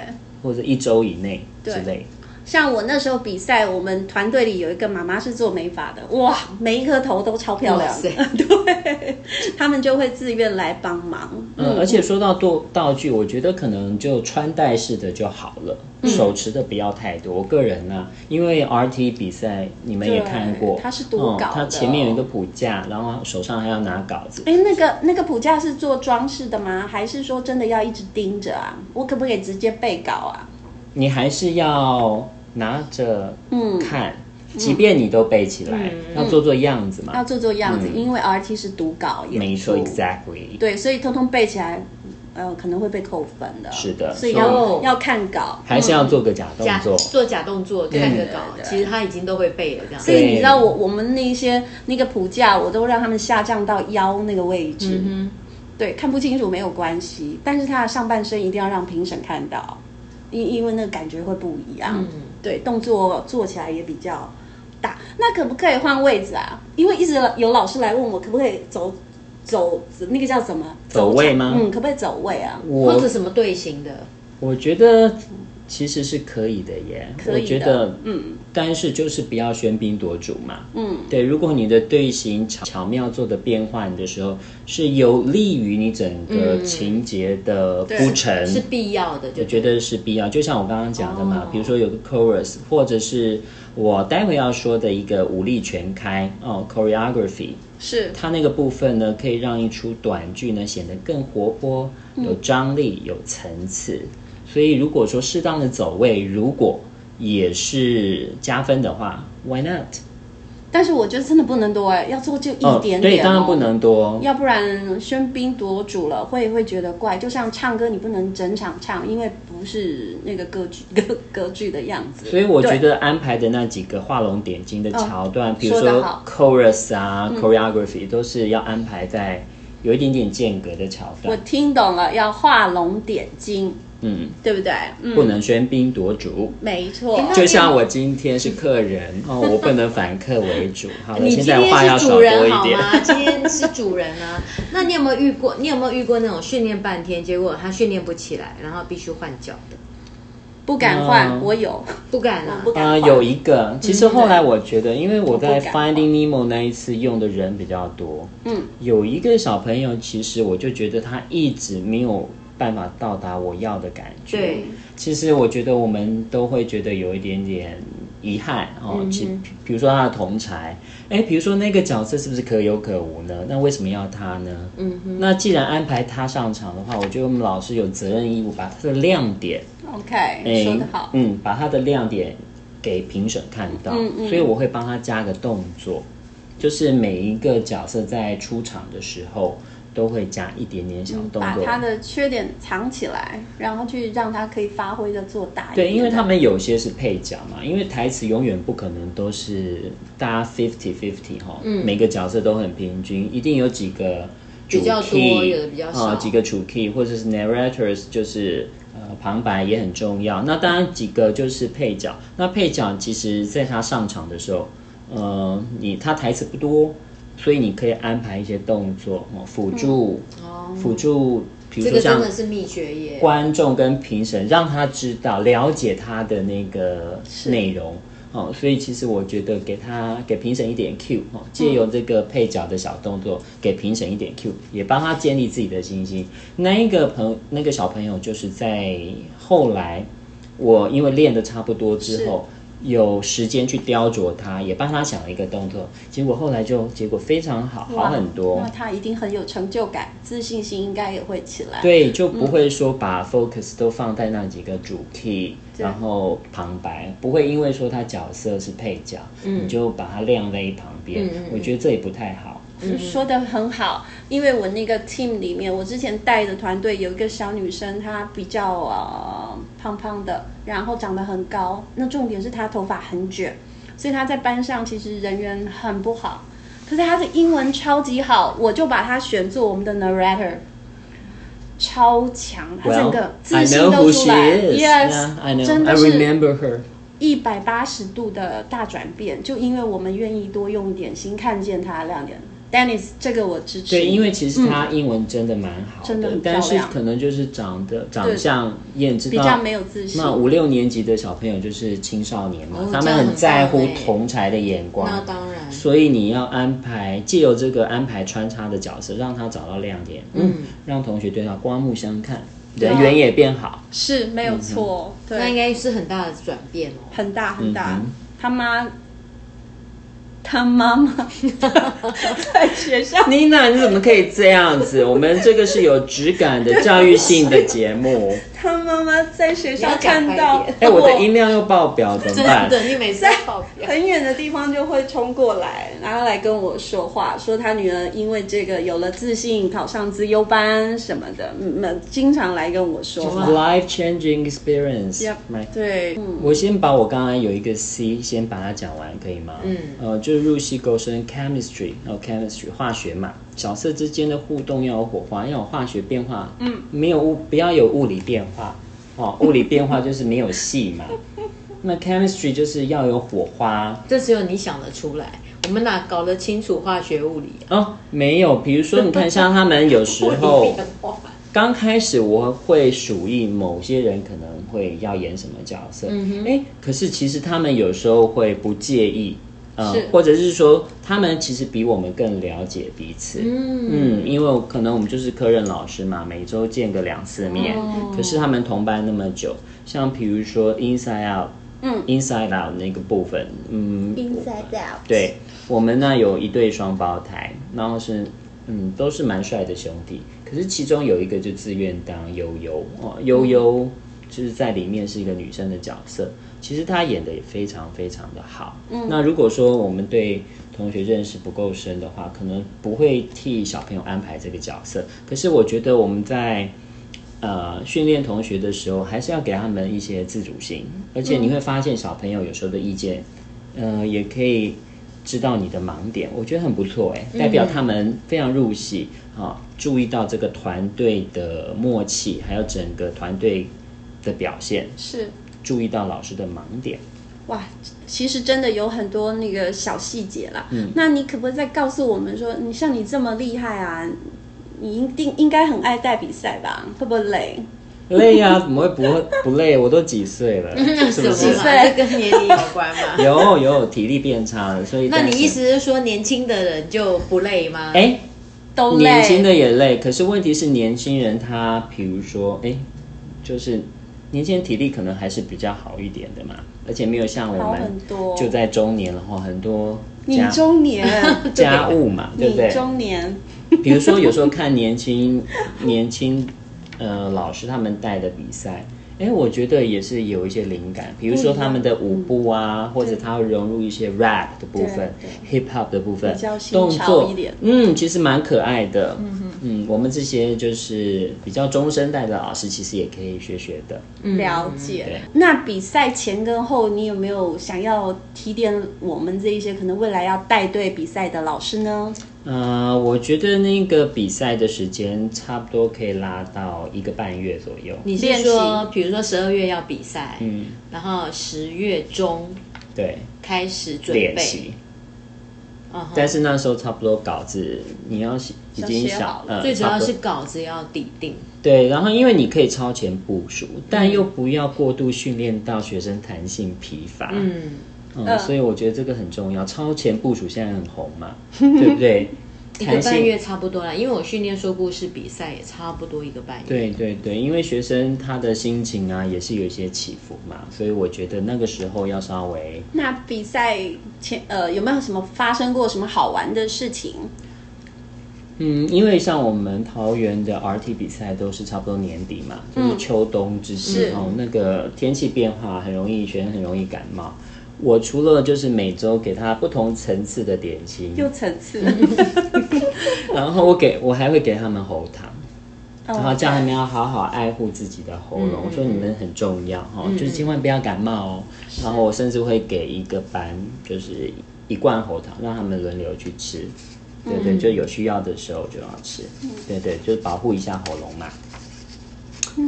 S3: 或者一周以内之类。
S2: 像我那时候比赛，我们团队里有一个妈妈是做美发的，哇，每一颗头都超漂亮的
S1: 嗯哇塞，
S2: 对，他们就会自愿来帮忙。
S3: 嗯，而且说到道道具，我觉得可能就穿戴式的就好了，
S2: 嗯
S3: 手持的不要太多。我个人呢、因为 RT 比赛你们也看过
S2: 对，它是多稿
S3: 嗯，它
S2: 的
S3: 前面有一个谱架，然后手上还要拿稿子。
S2: 哎，那个那个谱架是做装饰的吗？还是说真的要一直盯着啊？我可不可以直接背稿啊？
S3: 你还是要拿着
S2: 嗯
S3: 看，即便你都背起来，要做做样子嘛。
S2: 嗯要做做样子，因为 RT 是读稿演出，
S3: 嗯没错，exactly。
S2: 对，所以通通背起来，呃，可能会被扣分的。
S3: 是的
S2: 所以
S3: 所
S1: 以
S2: 要、
S1: 哦
S2: 要看稿。
S3: 还是要做个假
S2: 嗯
S3: 动
S1: 假
S3: 作，
S1: 做假动作看个稿，
S2: 对对
S1: 其实他已经都会背了这样。
S2: 所以你知道我我们那些那个谱架，我都让他们下降到腰那个位置。
S1: 嗯
S2: 对，看不清楚没有关系，但是他的上半身一定要让评审看到，因因为那个感觉会不一样。
S1: 嗯
S2: 对，动作做起来也比较大。那可不可以换位置啊？因为一直有老师来问我，可不可以走走那个叫什么
S3: 走位吗
S2: 嗯，可不可以走位啊？
S1: 或
S3: 我
S1: 者什么队形的，
S3: 我觉得其实是可以的耶。
S2: 可以的
S3: 我觉得，
S2: 嗯
S3: 但是就是不要喧宾夺主嘛。
S2: 嗯。
S3: 对，如果你的队形巧巧妙做的变换的时候，是有利于你整个
S1: 嗯
S3: 情节的
S2: 对
S3: 铺陈。
S1: 是必要的，就
S3: 我觉得是必要，就像我刚刚讲的嘛，
S1: 哦
S3: 比如说有个 chorus，或者是我待会要说的一个武力全开哦，choreography，
S2: 是
S3: 它那个部分呢，可以让一出短剧呢显得更活泼、
S2: 嗯
S3: 有张力、有层次。所以如果说适当的走位，如果也是加分的话，Why not？
S2: 但是我觉得真的不能多哎、要做就一
S3: 哦，
S2: 点点、
S3: 对，当然不，能多。
S2: 要不然喧宾夺主了，会会觉得怪。就像唱歌，你不能整场唱，因为不是那个歌剧歌歌剧的样子。
S3: 所以我觉
S2: 对
S3: 得安排的那几个画龙点睛的桥
S1: 嗯
S3: 段，比、如
S2: 说得
S3: 说
S2: 好
S3: chorus 啊、choreography，都是要安排在有一点点间隔的桥
S2: 我
S3: 段。
S2: 听懂了，要画龙点睛，
S3: 嗯，
S2: 对不对？嗯，
S3: 不能喧宾夺主。
S2: 没错。
S3: 就像我今天是客人 哦，我不能反客为主。好了，
S1: 你
S3: 现
S1: 今
S3: 在话要
S1: 天是
S3: 少
S1: 主
S3: 多
S1: 人
S3: 一
S1: 好
S3: 点。
S1: 吗？ 今天是主人啊。那你有没有遇过？你有没有遇过那种训练半天，结果他训练不起来，然后必须换脚的？
S2: 不敢换，
S3: 嗯
S2: 我有，
S1: 不敢
S2: 我
S1: 啊
S2: 不，敢
S3: 呃，
S2: 换。
S3: 有一
S1: 嗯
S3: 个，其实后来我觉得，因为我
S2: 我
S3: 在
S2: 不
S3: Finding Nemo 那一次用的人比较多，
S2: 嗯，
S3: 有一个小朋友，其实我就觉得他一直没有办法到达我要的感觉。
S1: 对，
S3: 其实我觉得我们都会觉得有一点点遗憾
S2: 嗯
S3: 哦，其比如说他的同才，哎，比如说那个角色是不是可有可无呢？那为什么要他呢？嗯哼，那既然安排他上场的话，我觉得我们老师有责任义务把他的亮点，
S2: OK，
S3: 哎
S2: 说得好。
S3: 嗯，把他的亮点给评审看到，
S2: 嗯嗯
S3: 所以我会帮他加个动作，就是每一个角色在出场的时候都会加一点点小动
S2: 嗯把
S3: 作，
S2: 他的缺点藏起来，然后去让他可以发挥的做大一点。
S3: 对，因为他们有些是配角嘛，因为台词永远不可能都是大家 fifty fifty 哈，每个角色都很平均，一定有几个主
S1: 嗯比
S3: key,
S1: 较多有的比较少
S3: 啊几个主 key 或者是 narrators 就是。呃，旁白也很重要。那当然几个就是配角。那配角其实在他上场的时候，呃，你他台词不多，所以你可以安排一些动作哦，辅助、辅助，比
S1: 嗯
S3: 如
S1: 哦这
S3: 说
S1: 个
S3: 像
S1: 真的是秘诀耶。
S3: 观众跟评审，让他知道了解他的那个内容。哦，所以其实我觉得给他给评审一点 Q 哦，借由这个配角的小动作，给评审一点 Q，也帮他建立自己的信心。那一个朋那个小朋友就是在后来我因为练的差不多之后，有时间去雕琢它，也帮他想了一个动作，结果后来就结果非常好，好很多
S2: 那。他一定很有成就感，自信心应该也会起来。
S3: 对，就不会说把 focus 都放在那几个主 key，、
S2: 嗯对
S3: 然后旁白，不会因为说他角色是配角，你就把它晾在一旁边。
S1: 嗯嗯嗯
S3: 我觉得这也不太好。
S2: 嗯说的很好，因为我那个 team 里面，我之前带的团队有一个小女生，她比较呃胖胖的，然后长得很高，那重点是她头发很卷，所以她在班上其实人缘很不好。可是她的英文超级好，我就把她选做我们的 narrator，超强，她
S3: Well,
S2: 整个自
S3: I
S2: 信
S3: know
S2: 都
S3: who
S2: 出
S3: she
S2: 来
S3: is. Yeah, I
S2: ，yes，真
S3: know. I
S2: 的是
S3: remember her.
S2: 一百八十度的大转变，就因为我们愿意多用一点心，看见她亮点。Dennis，这个我支持。
S3: 对，因为其实她英文真的蛮好
S2: 真的很
S3: 但
S2: 漂
S3: 是
S2: 亮
S3: 可能就是长得长相也知道
S2: 比较没有自信
S3: 那五六年级的小朋友就是青少年嘛，
S1: 哦
S3: 他
S1: 这
S3: 们
S1: 样
S3: 很
S1: 很
S3: 在乎
S1: 棒欸
S3: 同才的眼光，
S1: 那当然，
S3: 所以你要安排借由这个安排穿插的角色，让他找到亮点，嗯，啊让同学对他刮目相看，人缘也变好。
S2: 是没有错，
S1: 那应
S2: 对，
S1: 该是很大的转变哦。
S2: 很大很大。
S3: 嗯嗯哼
S2: 他妈，他妈 妈在学校，
S3: 妮娜，你怎么可以这样 子？我们这个是有质感的教育性的节 目。
S2: 他妈妈在学校
S1: 你要讲快
S2: 看
S1: 一点
S2: 到
S3: 哎、我的音量又爆表，怎么办
S1: 真？的，你每次都爆表。
S2: 很远的地方就会冲过来，然后来跟我说话，说他女儿因为这个有了自信，考上资优班什么的，嗯，嗯经常来跟我说话。
S3: Life changing experience.
S2: Yep.
S3: My
S2: 对，嗯，
S3: 我先把我刚刚有一个 C 先把它讲完，可以吗？
S1: 嗯
S3: 呃，就是入戏构生 chemistry，然后 chemistry 化学嘛，角色之间的互动要有火花，要有化学变化，嗯，没有物不要有物理变化，哦，物理变化就是没有戏 嘛。那 chemistry 就是要有火花
S1: 这只有你想得出来，我们哪搞得清楚化学物理、啊？
S3: 哦，没有，比如说你看像他们有时
S1: 物
S3: 候
S1: 理变化
S3: 刚开始我会属意某些人可能会要演什么角色，嗯哼，哎，可是其实他们有时候会不介意，呃
S2: 是，
S3: 或者是说他们其实比我们更了解彼此，
S1: 嗯，
S3: 嗯，因为可能我们就是科任老师嘛，每周见个两次面，
S1: 哦
S3: 可是他们同班那么久，像比如说 Inside Out，
S2: 嗯
S3: ，Inside Out 那个部分，嗯
S2: Inside out
S3: 对我们那有一对双胞胎，然后是嗯都是蛮帅的兄弟，可是其中有一个就自愿当悠悠哦，悠悠就是在里面是一个女生的角色，其实她演的也非常非常的好。嗯，那如果说我们对同学认识不够深的话，可能不会替小朋友安排这个角色，可是我觉得我们在。呃，训练同学的时候，还是要给他们一些自主性，而且你会发现小朋友有时候的意见，呃，也可以知道你的盲点，我觉得很不错哎，代表他们非常入戏啊、注意到这个团队的默契，还有整个团队的表现，
S2: 是。
S3: 注意到老师的盲点。
S2: 哇，其实真的有很多那个小细节啦。嗯，那你可不可以再告诉我们说，你像你这么厉害啊，你一定应该很爱带比赛吧？会不会累？
S3: 累呀、怎么会不会不累？我都几岁了，是不
S1: 什
S3: 是
S1: 么？啦？这跟年龄有关 嘛？
S3: 有有体力变差了，所以
S1: 那
S3: 但
S1: 你
S3: 是
S1: 意思是说年轻的人就不累吗？
S3: 哎、
S2: 都累。
S3: 年轻的也累，可是问题是年轻人他，比如说，哎，就是年轻人体力可能还是比较好一点的嘛，而且没有像我
S2: 好
S3: 们
S2: 很多
S3: 就在中年了哈，很多
S2: 你
S3: 家
S2: 中年，
S3: 家务嘛， 对不
S2: 你
S3: 对？
S2: 中年，
S3: 比如说有时候看年轻 年轻呃老师他们带的比赛。哎，我觉得也是有一些灵感，比如说他们的舞步啊，或者他会融入一些 rap 的部分、hip hop 的部分
S2: 比较，新
S3: 动
S2: 潮
S3: 作
S2: 一点，
S3: 嗯，其实蛮可爱的。嗯嗯，我们这些就是比较中生代的老师，其实也可以学学的。
S2: 了
S3: 对嗯
S2: 解。那比赛前跟后，你有没有想要提点我们这一些可能未来要带队比赛的老师呢？
S3: 呃，我觉得那个比赛的时间差不多可以拉到一个半月左右。
S1: 你
S2: 练
S1: 是
S2: 习
S1: 说，比如说十二月要比赛，
S3: 嗯，
S1: 然后十月中
S3: 对，
S1: 开始准
S3: 练
S1: 备，
S3: 习。
S1: 嗯哼
S3: 但是那时候差不多稿子你要写已经
S2: 要写好
S3: 想，
S2: 了
S3: 呃，
S1: 最主要
S3: 差不
S1: 是
S3: 多
S1: 稿子要底定，
S3: 对，然后因为你可以超前部署，但又不要过度训练到学生弹性疲乏，嗯
S1: 嗯，
S2: 嗯
S3: 所以我觉得这个很重要。超前部署现在很红嘛，对不对？
S1: 一个半月差不多啦，因为我训练说故事比赛也差不多一个半月。
S3: 对对对，因为学生他的心情啊也是有一些起伏嘛，所以我觉得那个时候要稍微
S2: 那比赛前呃有没有什么发生过什么好玩的事情？
S3: 嗯，因为像我们桃园的 RT 比赛都是差不多年底嘛，就是秋冬之时
S2: 是
S3: 哦，那个天气变化很容易，学生很容易感冒。我除了就是每周给他不同层次的点心，
S2: 有层次，
S3: 嗯然后我给我还会给他们喉糖，
S2: 哦
S3: 然后叫他们要好好爱护自己的喉咙，我说你们很重要哈、哦
S2: 嗯
S3: 就是千万不要感冒哦。然后我甚至会给一个班，就是一罐喉糖，让他们轮流去吃。对
S2: 嗯
S3: 对，就有需要的时候就要吃。对对，就是保护一下喉咙嘛。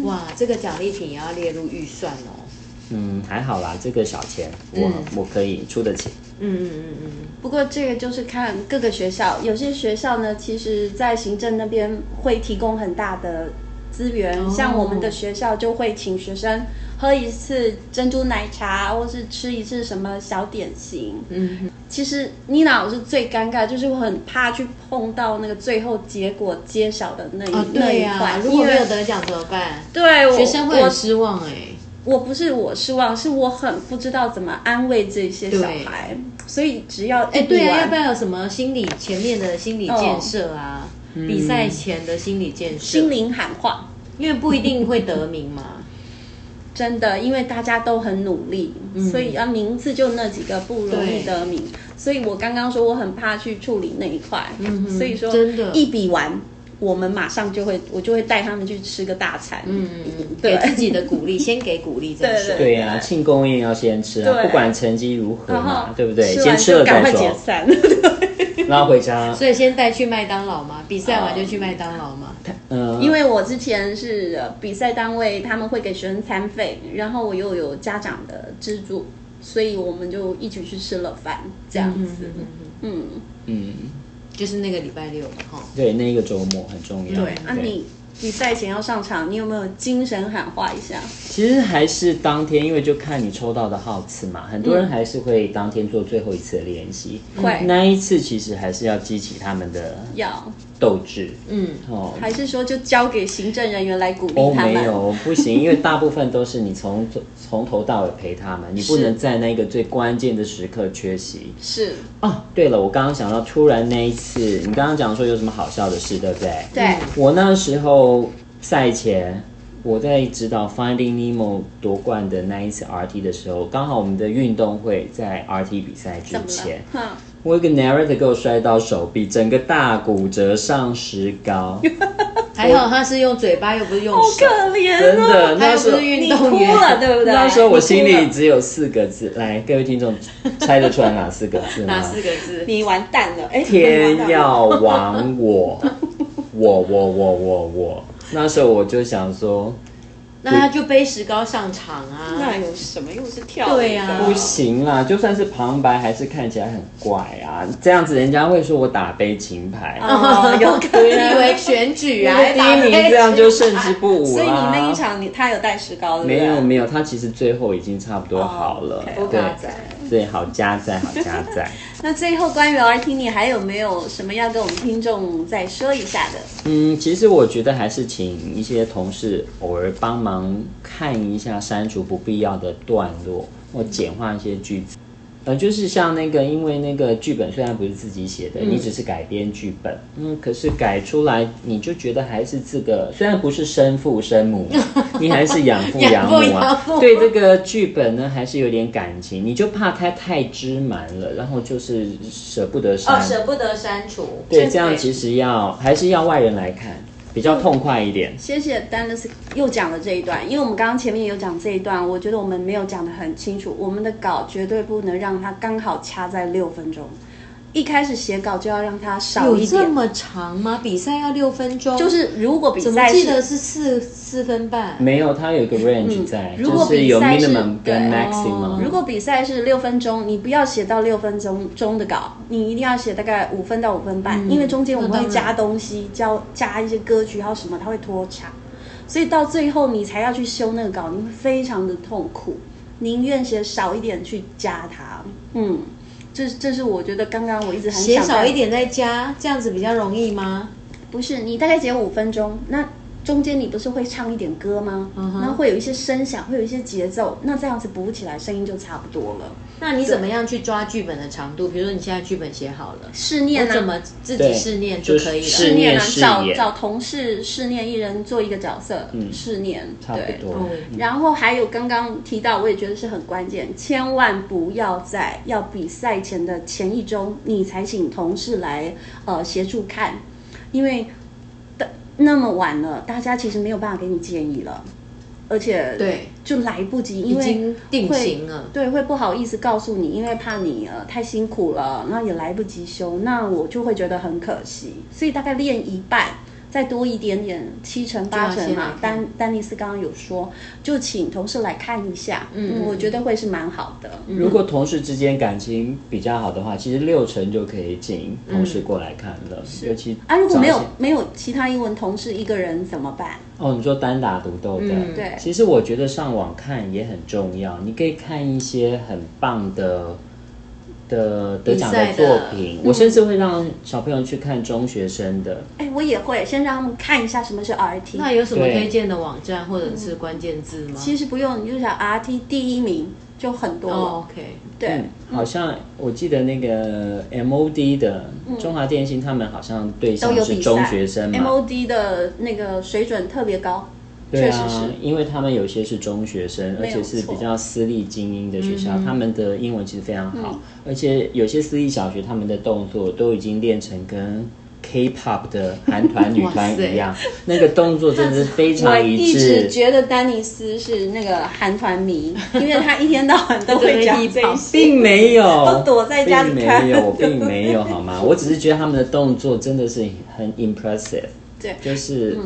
S1: 哇，这个奖励品也要列入预算哦。
S3: 嗯，还好啦，这个小钱
S2: 嗯
S3: 我、我可以出得起。
S1: 嗯嗯嗯嗯嗯，
S2: 不过这个就是看各个学校，有些学校呢，其实在行政那边会提供很大的资源，
S1: 哦
S2: 像我们的学校就会请学生喝一次珍珠奶茶，或是吃一次什么小点心。
S1: 嗯，
S2: 其实妮娜老师最尴尬，就是我很怕去碰到那个最后结果揭晓的那一、
S1: 啊
S2: 嗯那
S1: 对
S2: 一
S1: 呀、
S2: 块，
S1: 如果
S2: 因为
S1: 没有得奖怎么办？
S2: 对我
S1: 学生会
S2: 我
S1: 很失望哎、
S2: 我不是我失望，是我很不知道怎么安慰这些小孩，所以只要
S1: 哎、
S2: 哎
S1: 对啊，要不要有什么心理前面的心理建设啊？比赛前的心理建设，
S2: 哦心灵喊话，
S1: 因为不一定会得名嘛。
S2: 真的，因为大家都很努力，所以啊名字就那几个不容易得名，所以我刚刚说我很怕去处理那一块，所以说
S1: 真的
S2: 一比完。我们马上就会，我就会带他们去吃个大餐。嗯
S1: 嗯，
S2: 对
S1: 给自己的鼓励，先给鼓励再说。
S2: 对
S3: 对呀、庆功宴要先吃啊，
S2: 对
S3: 不管成绩如何嘛，嗯对不对？
S2: 吃
S3: 先
S2: 完
S3: 吃
S2: 就
S3: 了
S2: 赶
S3: 再
S2: 快解
S3: 说，
S2: 散。
S3: 然后回家。
S1: 所以先带去麦当劳嘛，比赛
S3: 啊
S1: 完就去麦当劳嘛。
S3: 嗯、
S2: 因为我之前是呃比赛单位，他们会给学生餐费，然后我又有家长的资助，所以我们就一起去吃了饭，这样子。嗯，
S3: 嗯，
S1: 就是那个礼拜六嘛，哈。
S3: 对，那个周末很重要。
S2: 对。那、你比赛前要上场，你有没有精神喊话一下？
S3: 其实还是当天，因为就看你抽到的号次
S2: 嗯
S3: 嘛，很多人还是会当天做最后一次的练习。
S2: 会
S3: 嗯那一次其实还是要激起他们的
S2: 要，
S3: 斗志。
S1: 嗯，
S3: 哦，
S2: 还是说就交给行政人员来鼓
S3: 哦，
S2: 励他
S3: 没
S2: 们？
S3: 有，不行，因为大部分都是你从 从头到尾陪他们，你不
S2: 是
S3: 能在那个最关键的时刻缺席。
S2: 是，
S3: 哦，对了，我刚刚想到，突然那一次，你刚刚讲说有什么好笑的事，对不对？
S2: 对，
S3: 我那时候赛前，我在指导 Finding Nemo 夺冠的那一次 RT 的时候，刚好我们的运动会在 RT 比赛之
S2: 怎么了
S3: 嗯前，？
S2: 哼，
S3: 我有一个 narrator 给我摔到手臂，整个大骨折上石 膏，
S1: 还好他是用嘴巴，又不是用
S2: 好
S1: 手。
S2: 可怜、哦，
S3: 真的那
S1: 他又
S3: 时
S1: 不
S3: 候
S1: 是运
S2: 你
S1: 动
S2: 哭
S1: 员，
S2: 了，对不对？
S3: 那时候我
S2: 你
S3: 心
S2: 哭
S3: 里
S2: 了
S3: 只有四个字，来，各位 听众猜得出来哪四个字吗？
S1: 哪四个字？
S2: 你完蛋了，哎，你完蛋
S3: 天
S2: 了
S3: 要亡 我，我我我我我。那时候我就想说，
S1: 那他就背石膏上场啊
S2: 那。有什么又是跳舞
S1: 对呀
S2: 的
S3: 啊不行啦，就算是旁白，还是看起来很怪啊。这样子人家会说我打悲情牌，
S2: 哦，有可
S1: 你
S2: 能
S1: 以为选举啊？
S3: 那个第一名
S1: 打飞机
S3: 这样就胜之不武
S2: 所
S3: 啦。
S2: 以你那一场你他有带石膏对不对？
S3: 啊没有没有，他其实最后已经差不多好了。
S2: 哦，OK
S3: 对
S1: 我打仔
S3: 对，好加载，好加载。
S2: 那最后关于 RT，你还有没有什么要跟我们听众再说一下的？
S3: 嗯，其实我觉得还是请一些同事偶尔帮忙看一下，删除不必要的段落或
S1: 嗯
S3: 简化一些句子。呃，就是像那个，因为那个剧本虽然不是自己写
S1: 嗯
S3: 的，你只是改编剧本，嗯，可是改出来你就觉得还是这个，虽然不是生父生 母，你还是养父
S1: 养
S3: 养
S1: 父
S3: 母啊
S1: 养，母
S3: 对这个剧本呢还是有点感情，你就怕它太枝蛮了，然后就是舍不得删，
S1: 哦，舍不得删除。
S3: 对，这样其实要还是要外人来看，比较痛快一点。
S2: 谢谢丹尼斯又讲了这一段，因为我们刚刚前面有讲这一段，我觉得我们没有讲得很清楚，我们的稿绝对不能让它刚好掐在六分钟，一开始写稿就要让它少
S1: 有
S2: 一
S1: 这
S2: 点。
S1: 么长吗？比赛要六分钟？
S2: 就是如果比
S1: 怎么
S2: 赛
S1: 记
S2: 是
S1: 得是四四分半？
S3: 没有，它有一个 range 在，
S2: 嗯如
S3: 就
S2: 果
S3: 是
S2: 比
S3: 有
S2: 赛是
S3: minimum 跟
S2: 对哦
S3: maximum。
S2: 如果比赛是六分钟，你不要写到六分钟钟的稿，你一定要写大概五分到五分半，因为中间我们
S1: 嗯那当
S2: 会
S1: 然
S2: 加东西，加加一些歌曲，还有什么，它会拖长，所以到最后你才要去修那个稿，你会非常的痛苦，宁愿写少一点去加它，嗯。这这是我觉得刚刚我一直很
S1: 写
S2: 想
S1: 少
S2: 在
S1: 一点再加，这样子比较容易吗？
S2: 不是，你大概只有五分钟，那中间你不是会唱一点歌吗？
S1: 嗯哼
S2: 然后会有一些声响，会有一些节奏，那这样子补起来声音就差不多了。
S1: 那你怎么样去抓剧本的长度？比如说你现在剧本写好了，
S2: 试念
S1: 我
S2: 啊，
S1: 怎么自己
S3: 对
S1: 试念就
S3: 就是
S1: 可以了？
S3: 试
S2: 试念啊？
S3: 试念
S2: 找
S3: 试演
S2: 找同事试念，一人做一个角色，
S3: 嗯
S2: 试念，
S3: 差不
S2: 对。
S3: 多。
S1: 哦
S3: 嗯
S2: 然后还有刚刚提到，我也觉得是很关键，千万不要在要比赛前的前一周，你才请同事来呃协助看，因为的那么晚了，大家其实没有办法给你建议了，而且
S1: 对，
S2: 就来不及，
S1: 已
S2: 因为。
S1: 经定型了。
S2: 对，会不好意思告诉你，因为怕你呃太辛苦了，那也来不及修，那我就会觉得很可惜。所以大概练一半，再多一点点，七成八
S1: 就要
S2: 成
S1: 先来
S2: 嘛。
S1: 看
S2: 丹丹尼斯刚刚有说，就请同事来看一下，
S1: 嗯
S2: 嗯，我觉得会是蛮好的。
S3: 如果同事之间感情比较好的话，其实六成就可以请同事过来看了，尤其
S2: 嗯啊，如果没
S3: 找
S2: 有
S3: 一些
S2: 没有其他英文同事一个人怎么办？
S3: 哦，你说单打独斗的，
S1: 嗯
S2: 对
S3: 其实我觉得上网看也很重要，你可以看一些很棒的的得奖
S1: 比赛的
S3: 作
S2: 嗯
S3: 品，我甚至会让小朋友去看中学生的，
S2: 哎，我也会先让他们看一下什么是 RT。
S1: 那有什么
S3: 对
S1: 推荐的网站或者是关键字吗？
S2: 其实不用，你就想 RT 第一名就很多了。
S1: 哦，OK，
S2: 对，
S3: 嗯，好像我记得那个 MOD 的、中华电信，他们好像
S2: 嗯
S3: 对
S2: 都
S3: 象
S2: 有
S3: 是
S2: 比赛。
S3: 中学生嘛，
S2: MOD 的那个水准特别高，
S3: 对
S2: 确实
S3: 啊
S2: 是。，
S3: 因为他们有些是中学生，而
S2: 没有
S3: 且是
S2: 错嗯
S3: 比较私立精英的学校，他们的英文其实非常好，而且有些私立小学他们的动作都已经练成跟 K-pop 的韩团、女团 一样，那个动作真的是非
S2: 我
S3: 常
S2: 一
S3: 一
S2: 直
S3: 致。
S2: 觉得丹尼斯是那个韩团 迷，因为他一天到晚都会讲这一些。
S3: 并没有，
S2: 都躲在家里看
S3: 并没有，并没有，好 吗？我只是觉得他们的动作真的是很 impressive，
S2: 对，嗯
S3: 就是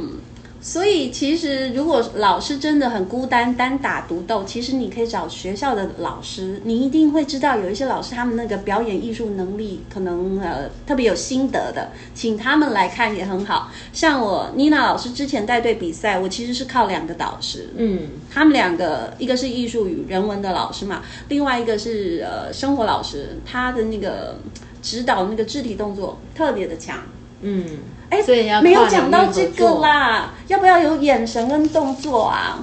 S2: 所以其实如果老师真的很孤单，单打独斗，其实你可以找学校的老师，你一定会知道有一些老师他们那个表演艺术能力可能呃特别有心得的，请他们来看也很好。像我妮娜老师之前带队比赛，我其实是靠两个导师，
S1: 嗯，
S2: 他们两个，一个是艺术与人文的老师嘛，另外一个是呃生活老师，他的那个指导那个肢体动作特别的强。
S1: 嗯，
S2: 哎
S1: 所以要跨
S2: 没有讲到
S1: 领
S2: 这
S1: 域合
S2: 个
S1: 作，
S2: 啦，要不要有眼神跟动作啊？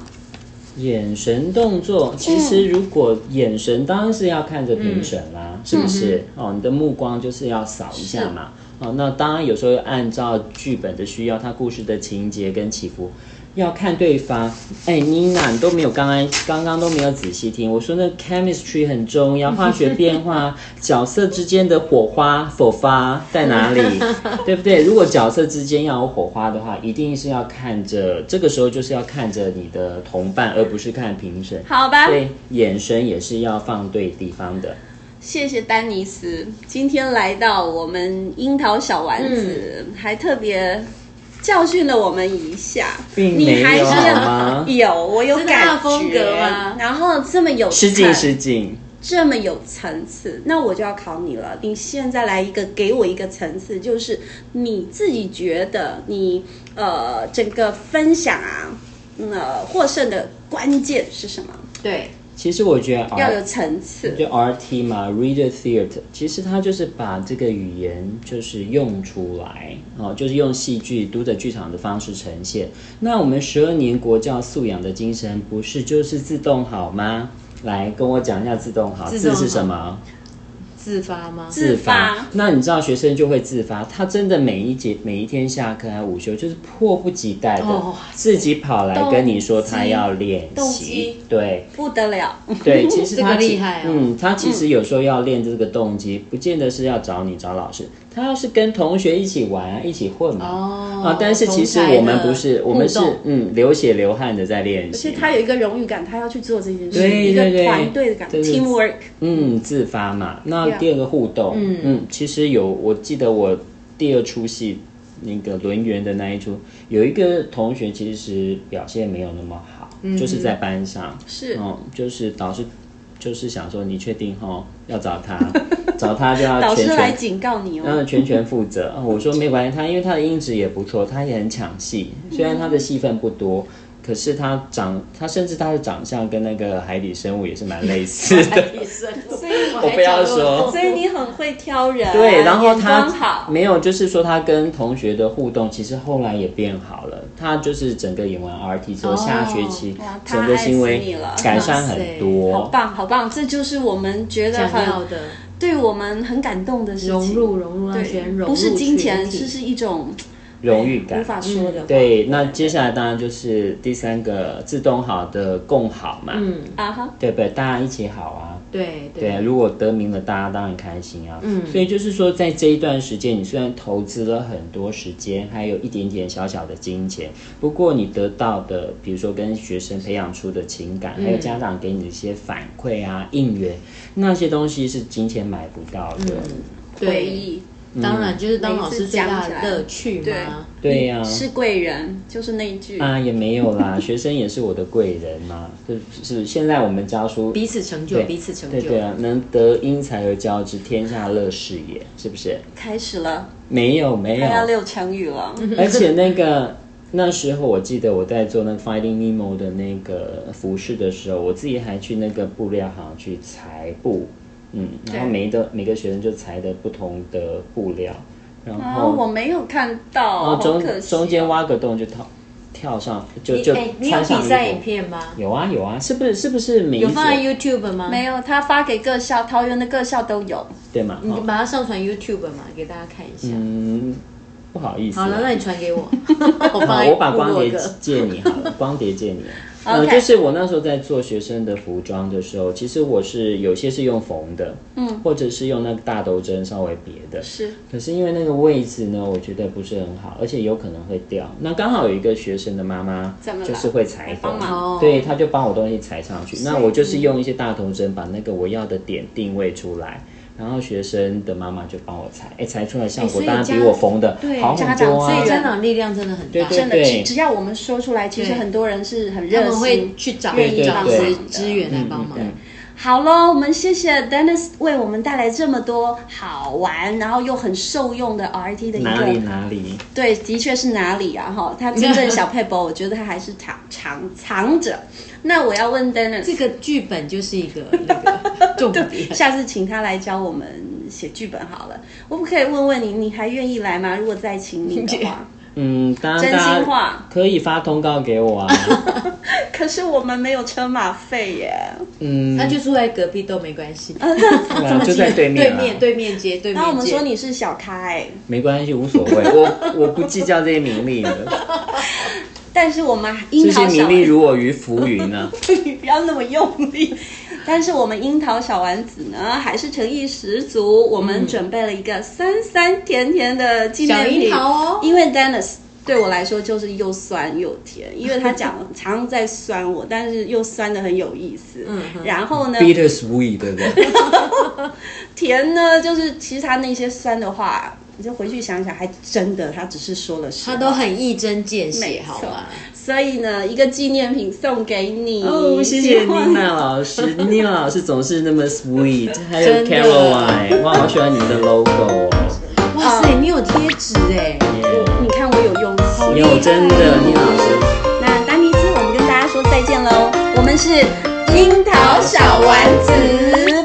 S3: 眼神动作，其实如果眼神当然是要看着评审啦，
S2: 嗯
S3: 是不是？哦，你的目光就是要扫一下嘛。哦，那当然有时候按照剧本的需要，它故事的情节跟起伏。要看对方，哎，妮娜，你都没有刚刚刚刚都没有仔细听。我说那 chemistry 很重要，化学变化，角色之间的火花火花在哪 里，对不对？如果角色之间要有火花的话，一定是要看着，这个时候就是要看着你的同伴，而不是看评审。
S2: 好吧，
S3: 对，眼神也是要放对地方的。
S2: 谢谢丹尼斯，今天来到我们樱桃小丸子，
S1: 嗯
S2: 还特别教训了我们一下。
S3: 并没
S2: 你还
S3: 有
S2: 是
S3: 好吗？
S2: 有，我有
S1: 这是他
S2: 感
S1: 啊的风
S2: 觉啊
S1: 格吗
S2: 然后这么有
S3: 失敬
S2: 才
S3: 失敬。
S2: 这么有层次，那我就要考你了。你现在来一个，给我一个层次，就是你自己觉得你呃整个分享啊，嗯呃获胜的关键是什么？
S1: 对，
S3: 其实我觉得
S2: 要
S3: R
S2: 有层
S1: 嗯
S2: 次。
S3: 就 R T 嘛，Reader Theater，其实它就是把这个语言就是用出来哦，就是用戏剧读者剧场的方式呈现。那我们十二年国教素养的精神，不是就是自动好吗？来跟我讲一下自动好，
S1: 自动好
S3: 字是什么？
S1: 自发吗？
S2: 自发
S3: 那你知道学生就会自发，他真的每一节每一天下课还午休，就是迫不及待的、
S1: 哦
S3: 自己跑来跟你说他要练
S2: 动
S3: 习
S2: 机，
S3: 对
S2: 不得了，
S3: 对，其
S1: 嗯
S3: 实
S1: 这
S3: 他
S1: 个
S3: 其
S1: 厉害哦
S3: 嗯，他其实有时候要练这个动机，不见得是要找你找老师，他要是跟同学一起玩啊，一起混嘛。
S1: 哦
S3: 啊，但是其实我们不是，我们是嗯流血流汗的在练
S2: 而且
S3: 习，
S2: 他有一个荣誉感，他要去做这件事，
S3: 对
S2: 一个
S3: 对对
S2: 团队的感
S3: 对对
S2: ，teamwork。
S3: 嗯自发嘛。那
S2: Yeah
S3: 第二个互动，
S1: 嗯
S3: 嗯其实有，我记得我第二出戏那个《轮圆》的那一出，有一个同学其实表现没有那么好，就是在班上，
S2: 嗯是
S3: 嗯，就是导师就是想说，你确定哈要找 他，找他就要
S2: 导
S3: 全嗯
S2: 师来
S3: 权，
S2: 警告你
S3: 然后
S2: 哦，
S3: 全权负责。
S2: 嗯
S3: 啊我说没关系，他因为他的音质也不错，他也很抢戏，虽然他的戏份不多。可是他长，他甚至他的长相跟那个海底生物也是蛮类似 的。
S4: 医生，
S2: 所以
S3: 我不 要说
S2: 所以你很会挑人，
S3: 对，然后
S2: 啊眼光
S3: 他
S2: 好，
S3: 没有，就是说他跟同学的互动，其实后来也变好了。他就是整个演完 RT 之后，
S2: 哦
S3: 下学期
S2: 哇他
S3: 整个行
S2: 爱死你
S3: 为
S2: 了
S3: 改善很多。
S2: 好棒好棒，这就是我们觉得
S1: 想要
S2: 很
S1: 的
S2: 对我们很感动的事情。
S1: 融入融入，让学生
S2: 对，
S1: 融入
S2: 不是金钱，
S1: 群体
S2: 是是一种
S3: 荣誉感嗯
S2: 无法说的。
S3: 对，那接下来当然就是第三个自动好的共好嘛，
S1: 嗯，
S2: 啊哈，
S3: 对不对？大家一起好啊。
S1: 对
S3: 对啊，
S1: 对，
S3: 如果得名了，大家当然开心啊。
S1: 嗯
S3: 所以就是说，在这一段时间，你虽然投资了很多时间，还有一点点小小的金钱，不过你得到的，比如说跟学生培养出的情
S1: 嗯
S3: 感，还有家长给你的一些反馈啊、应援，那些东西是金钱买不到的。
S1: 嗯对
S2: 回忆
S1: 当然就是当
S2: 每
S1: 老
S2: 次
S1: 师最大
S2: 讲起
S1: 的
S2: 来
S1: 乐趣嘛。
S3: 对呀、
S2: 是贵人，就是那一句。
S3: 啊，也没有啦， 学生也是我的贵人嘛，就是现在我们教书
S1: 彼此成就，
S3: 对
S1: 彼此成
S3: 对对
S1: 就。
S3: 啊，能得因才而教之，天下乐事也，是不是？
S2: 开始
S3: 哦
S2: 了，
S3: 没有没有
S2: 快，要六成语了。
S3: 而且那个那时候我记得我在做那个 Finding Nemo 的那个服饰的时候，我自己还去那个布料行去裁布，嗯，然后
S2: 对
S3: 每一个每个学生就裁的不同的布料，然
S2: 啊，
S3: 后、
S2: 我没有看到，
S3: 然
S2: 好
S3: 后中、
S2: 可惜哦。
S3: 中间挖个洞就跳跳上就
S1: 你
S3: 就
S1: 哎你有
S3: 穿上
S1: 比赛
S3: 衣
S1: 影
S3: 服
S1: 片吗？
S3: 有啊有啊，是不是是不是每一
S1: 有放在
S3: 组
S1: YouTube 吗？
S2: 没有，他发给各校，桃园的各校都有。
S3: 对嘛？
S1: 你
S3: 哦
S1: 把它上传 YouTube 嘛，给大家看一下。
S3: 嗯，不好意思啊、
S1: 好了，那你传给 我，我
S3: 好，
S1: 放在
S3: 我把
S1: 部
S3: 光
S1: 落
S3: 碟
S1: 格
S3: 借你好了，光碟借你。 呃，
S2: OK
S3: 就是我那时候在做学生的服装的时候，其实我是有些是用缝的，嗯，或者是用那个大斗针稍微别的，
S2: 是，
S3: 可是因为那个位置呢，我觉得不是很好，而且有可能会掉。那刚好有一个学生的妈妈
S2: 怎么，了
S3: 就是会裁缝
S2: 来帮，忙
S3: 对，她就帮我东西裁上
S1: 哦
S3: 去。那我就是用一些大头针把那个我要的点定位出来，然后学生的妈妈就帮我裁，哎，裁出来效
S1: 哎所
S3: 果
S1: 以
S3: 当然比
S1: 家
S3: 我缝的
S2: 对
S3: 好
S2: 家
S3: 很
S2: 长
S3: 多啊。
S2: 最
S1: 家长力量真的很大，
S3: 对对
S2: 真的，只只要我们说出来，其实
S1: 对
S2: 很多人是很
S1: 他
S2: 热
S1: 们会
S2: 心。
S1: 去找
S2: 愿
S3: 意
S1: 找
S3: 帮忙
S1: 谁
S3: 的
S1: 资源来帮忙
S3: 嗯嗯。嗯
S2: 好喽，我们谢谢 Dennis 为我们带来这么多好玩，然后又很受用的 RT 的一
S3: 哪里
S2: 个，
S3: 哪里，
S2: 对，的确是哪里啊哈，他真正小佩 博，我觉得他还是藏藏藏着。那我要问 Dennis，
S1: 这个剧本就是一个那个重 点。
S3: 嗯
S2: 下次请他来教我们写剧本好了。我们可以问问你，你还愿意来吗？如果再请你的 话，
S3: 嗯，当然
S2: 真
S3: 大
S2: 心
S3: 家
S2: 话。
S3: 可以发通告给我啊，
S2: 可是我们没有车马费耶。
S3: 嗯，
S1: 那就住在隔壁都没关系，
S3: 对啊就在对面
S1: 对
S3: 啊，
S1: 面对面街对面街。
S2: 那我们说你是小开，
S3: 没关系，无所谓，我我不计较这些名利的，
S2: 但是我们樱
S3: 这
S2: 桃
S3: 些
S2: 小
S3: 名利如我于浮云啊。
S2: 你不要那么用力。但是我们樱桃小丸子呢，还是诚意十足。我们准备了一个酸酸甜甜的纪念
S1: 小
S2: 品
S1: 樱桃哦
S2: 因为 Dennis 对我来说就是又酸又甜，因为他讲常常在酸我，但是又酸的很有意思。嗯，然后 呢，
S3: Bitter sweet，对不对？
S2: 甜呢，就是其实他那些酸的话，你就回去想想，还真的他只是说了实
S1: 他
S2: 话。
S1: 都很一针见血，
S2: 没
S1: 好
S2: 错
S1: 吗？，
S2: 所以呢，一个纪念品送给你。
S3: 哦，谢谢
S2: 希望
S3: 妮娜老师，妮娜老师总是那么 sweet，还有
S1: 真的
S3: Caroline，哇，好喜欢你们的 logo 哦。
S1: 哇塞，你有贴纸哎！
S3: 耶
S2: 你看我有用心。
S3: 有真的，妮娜老师。
S2: 那丹尼斯，我们跟大家说再见喽。我们是樱桃小丸子。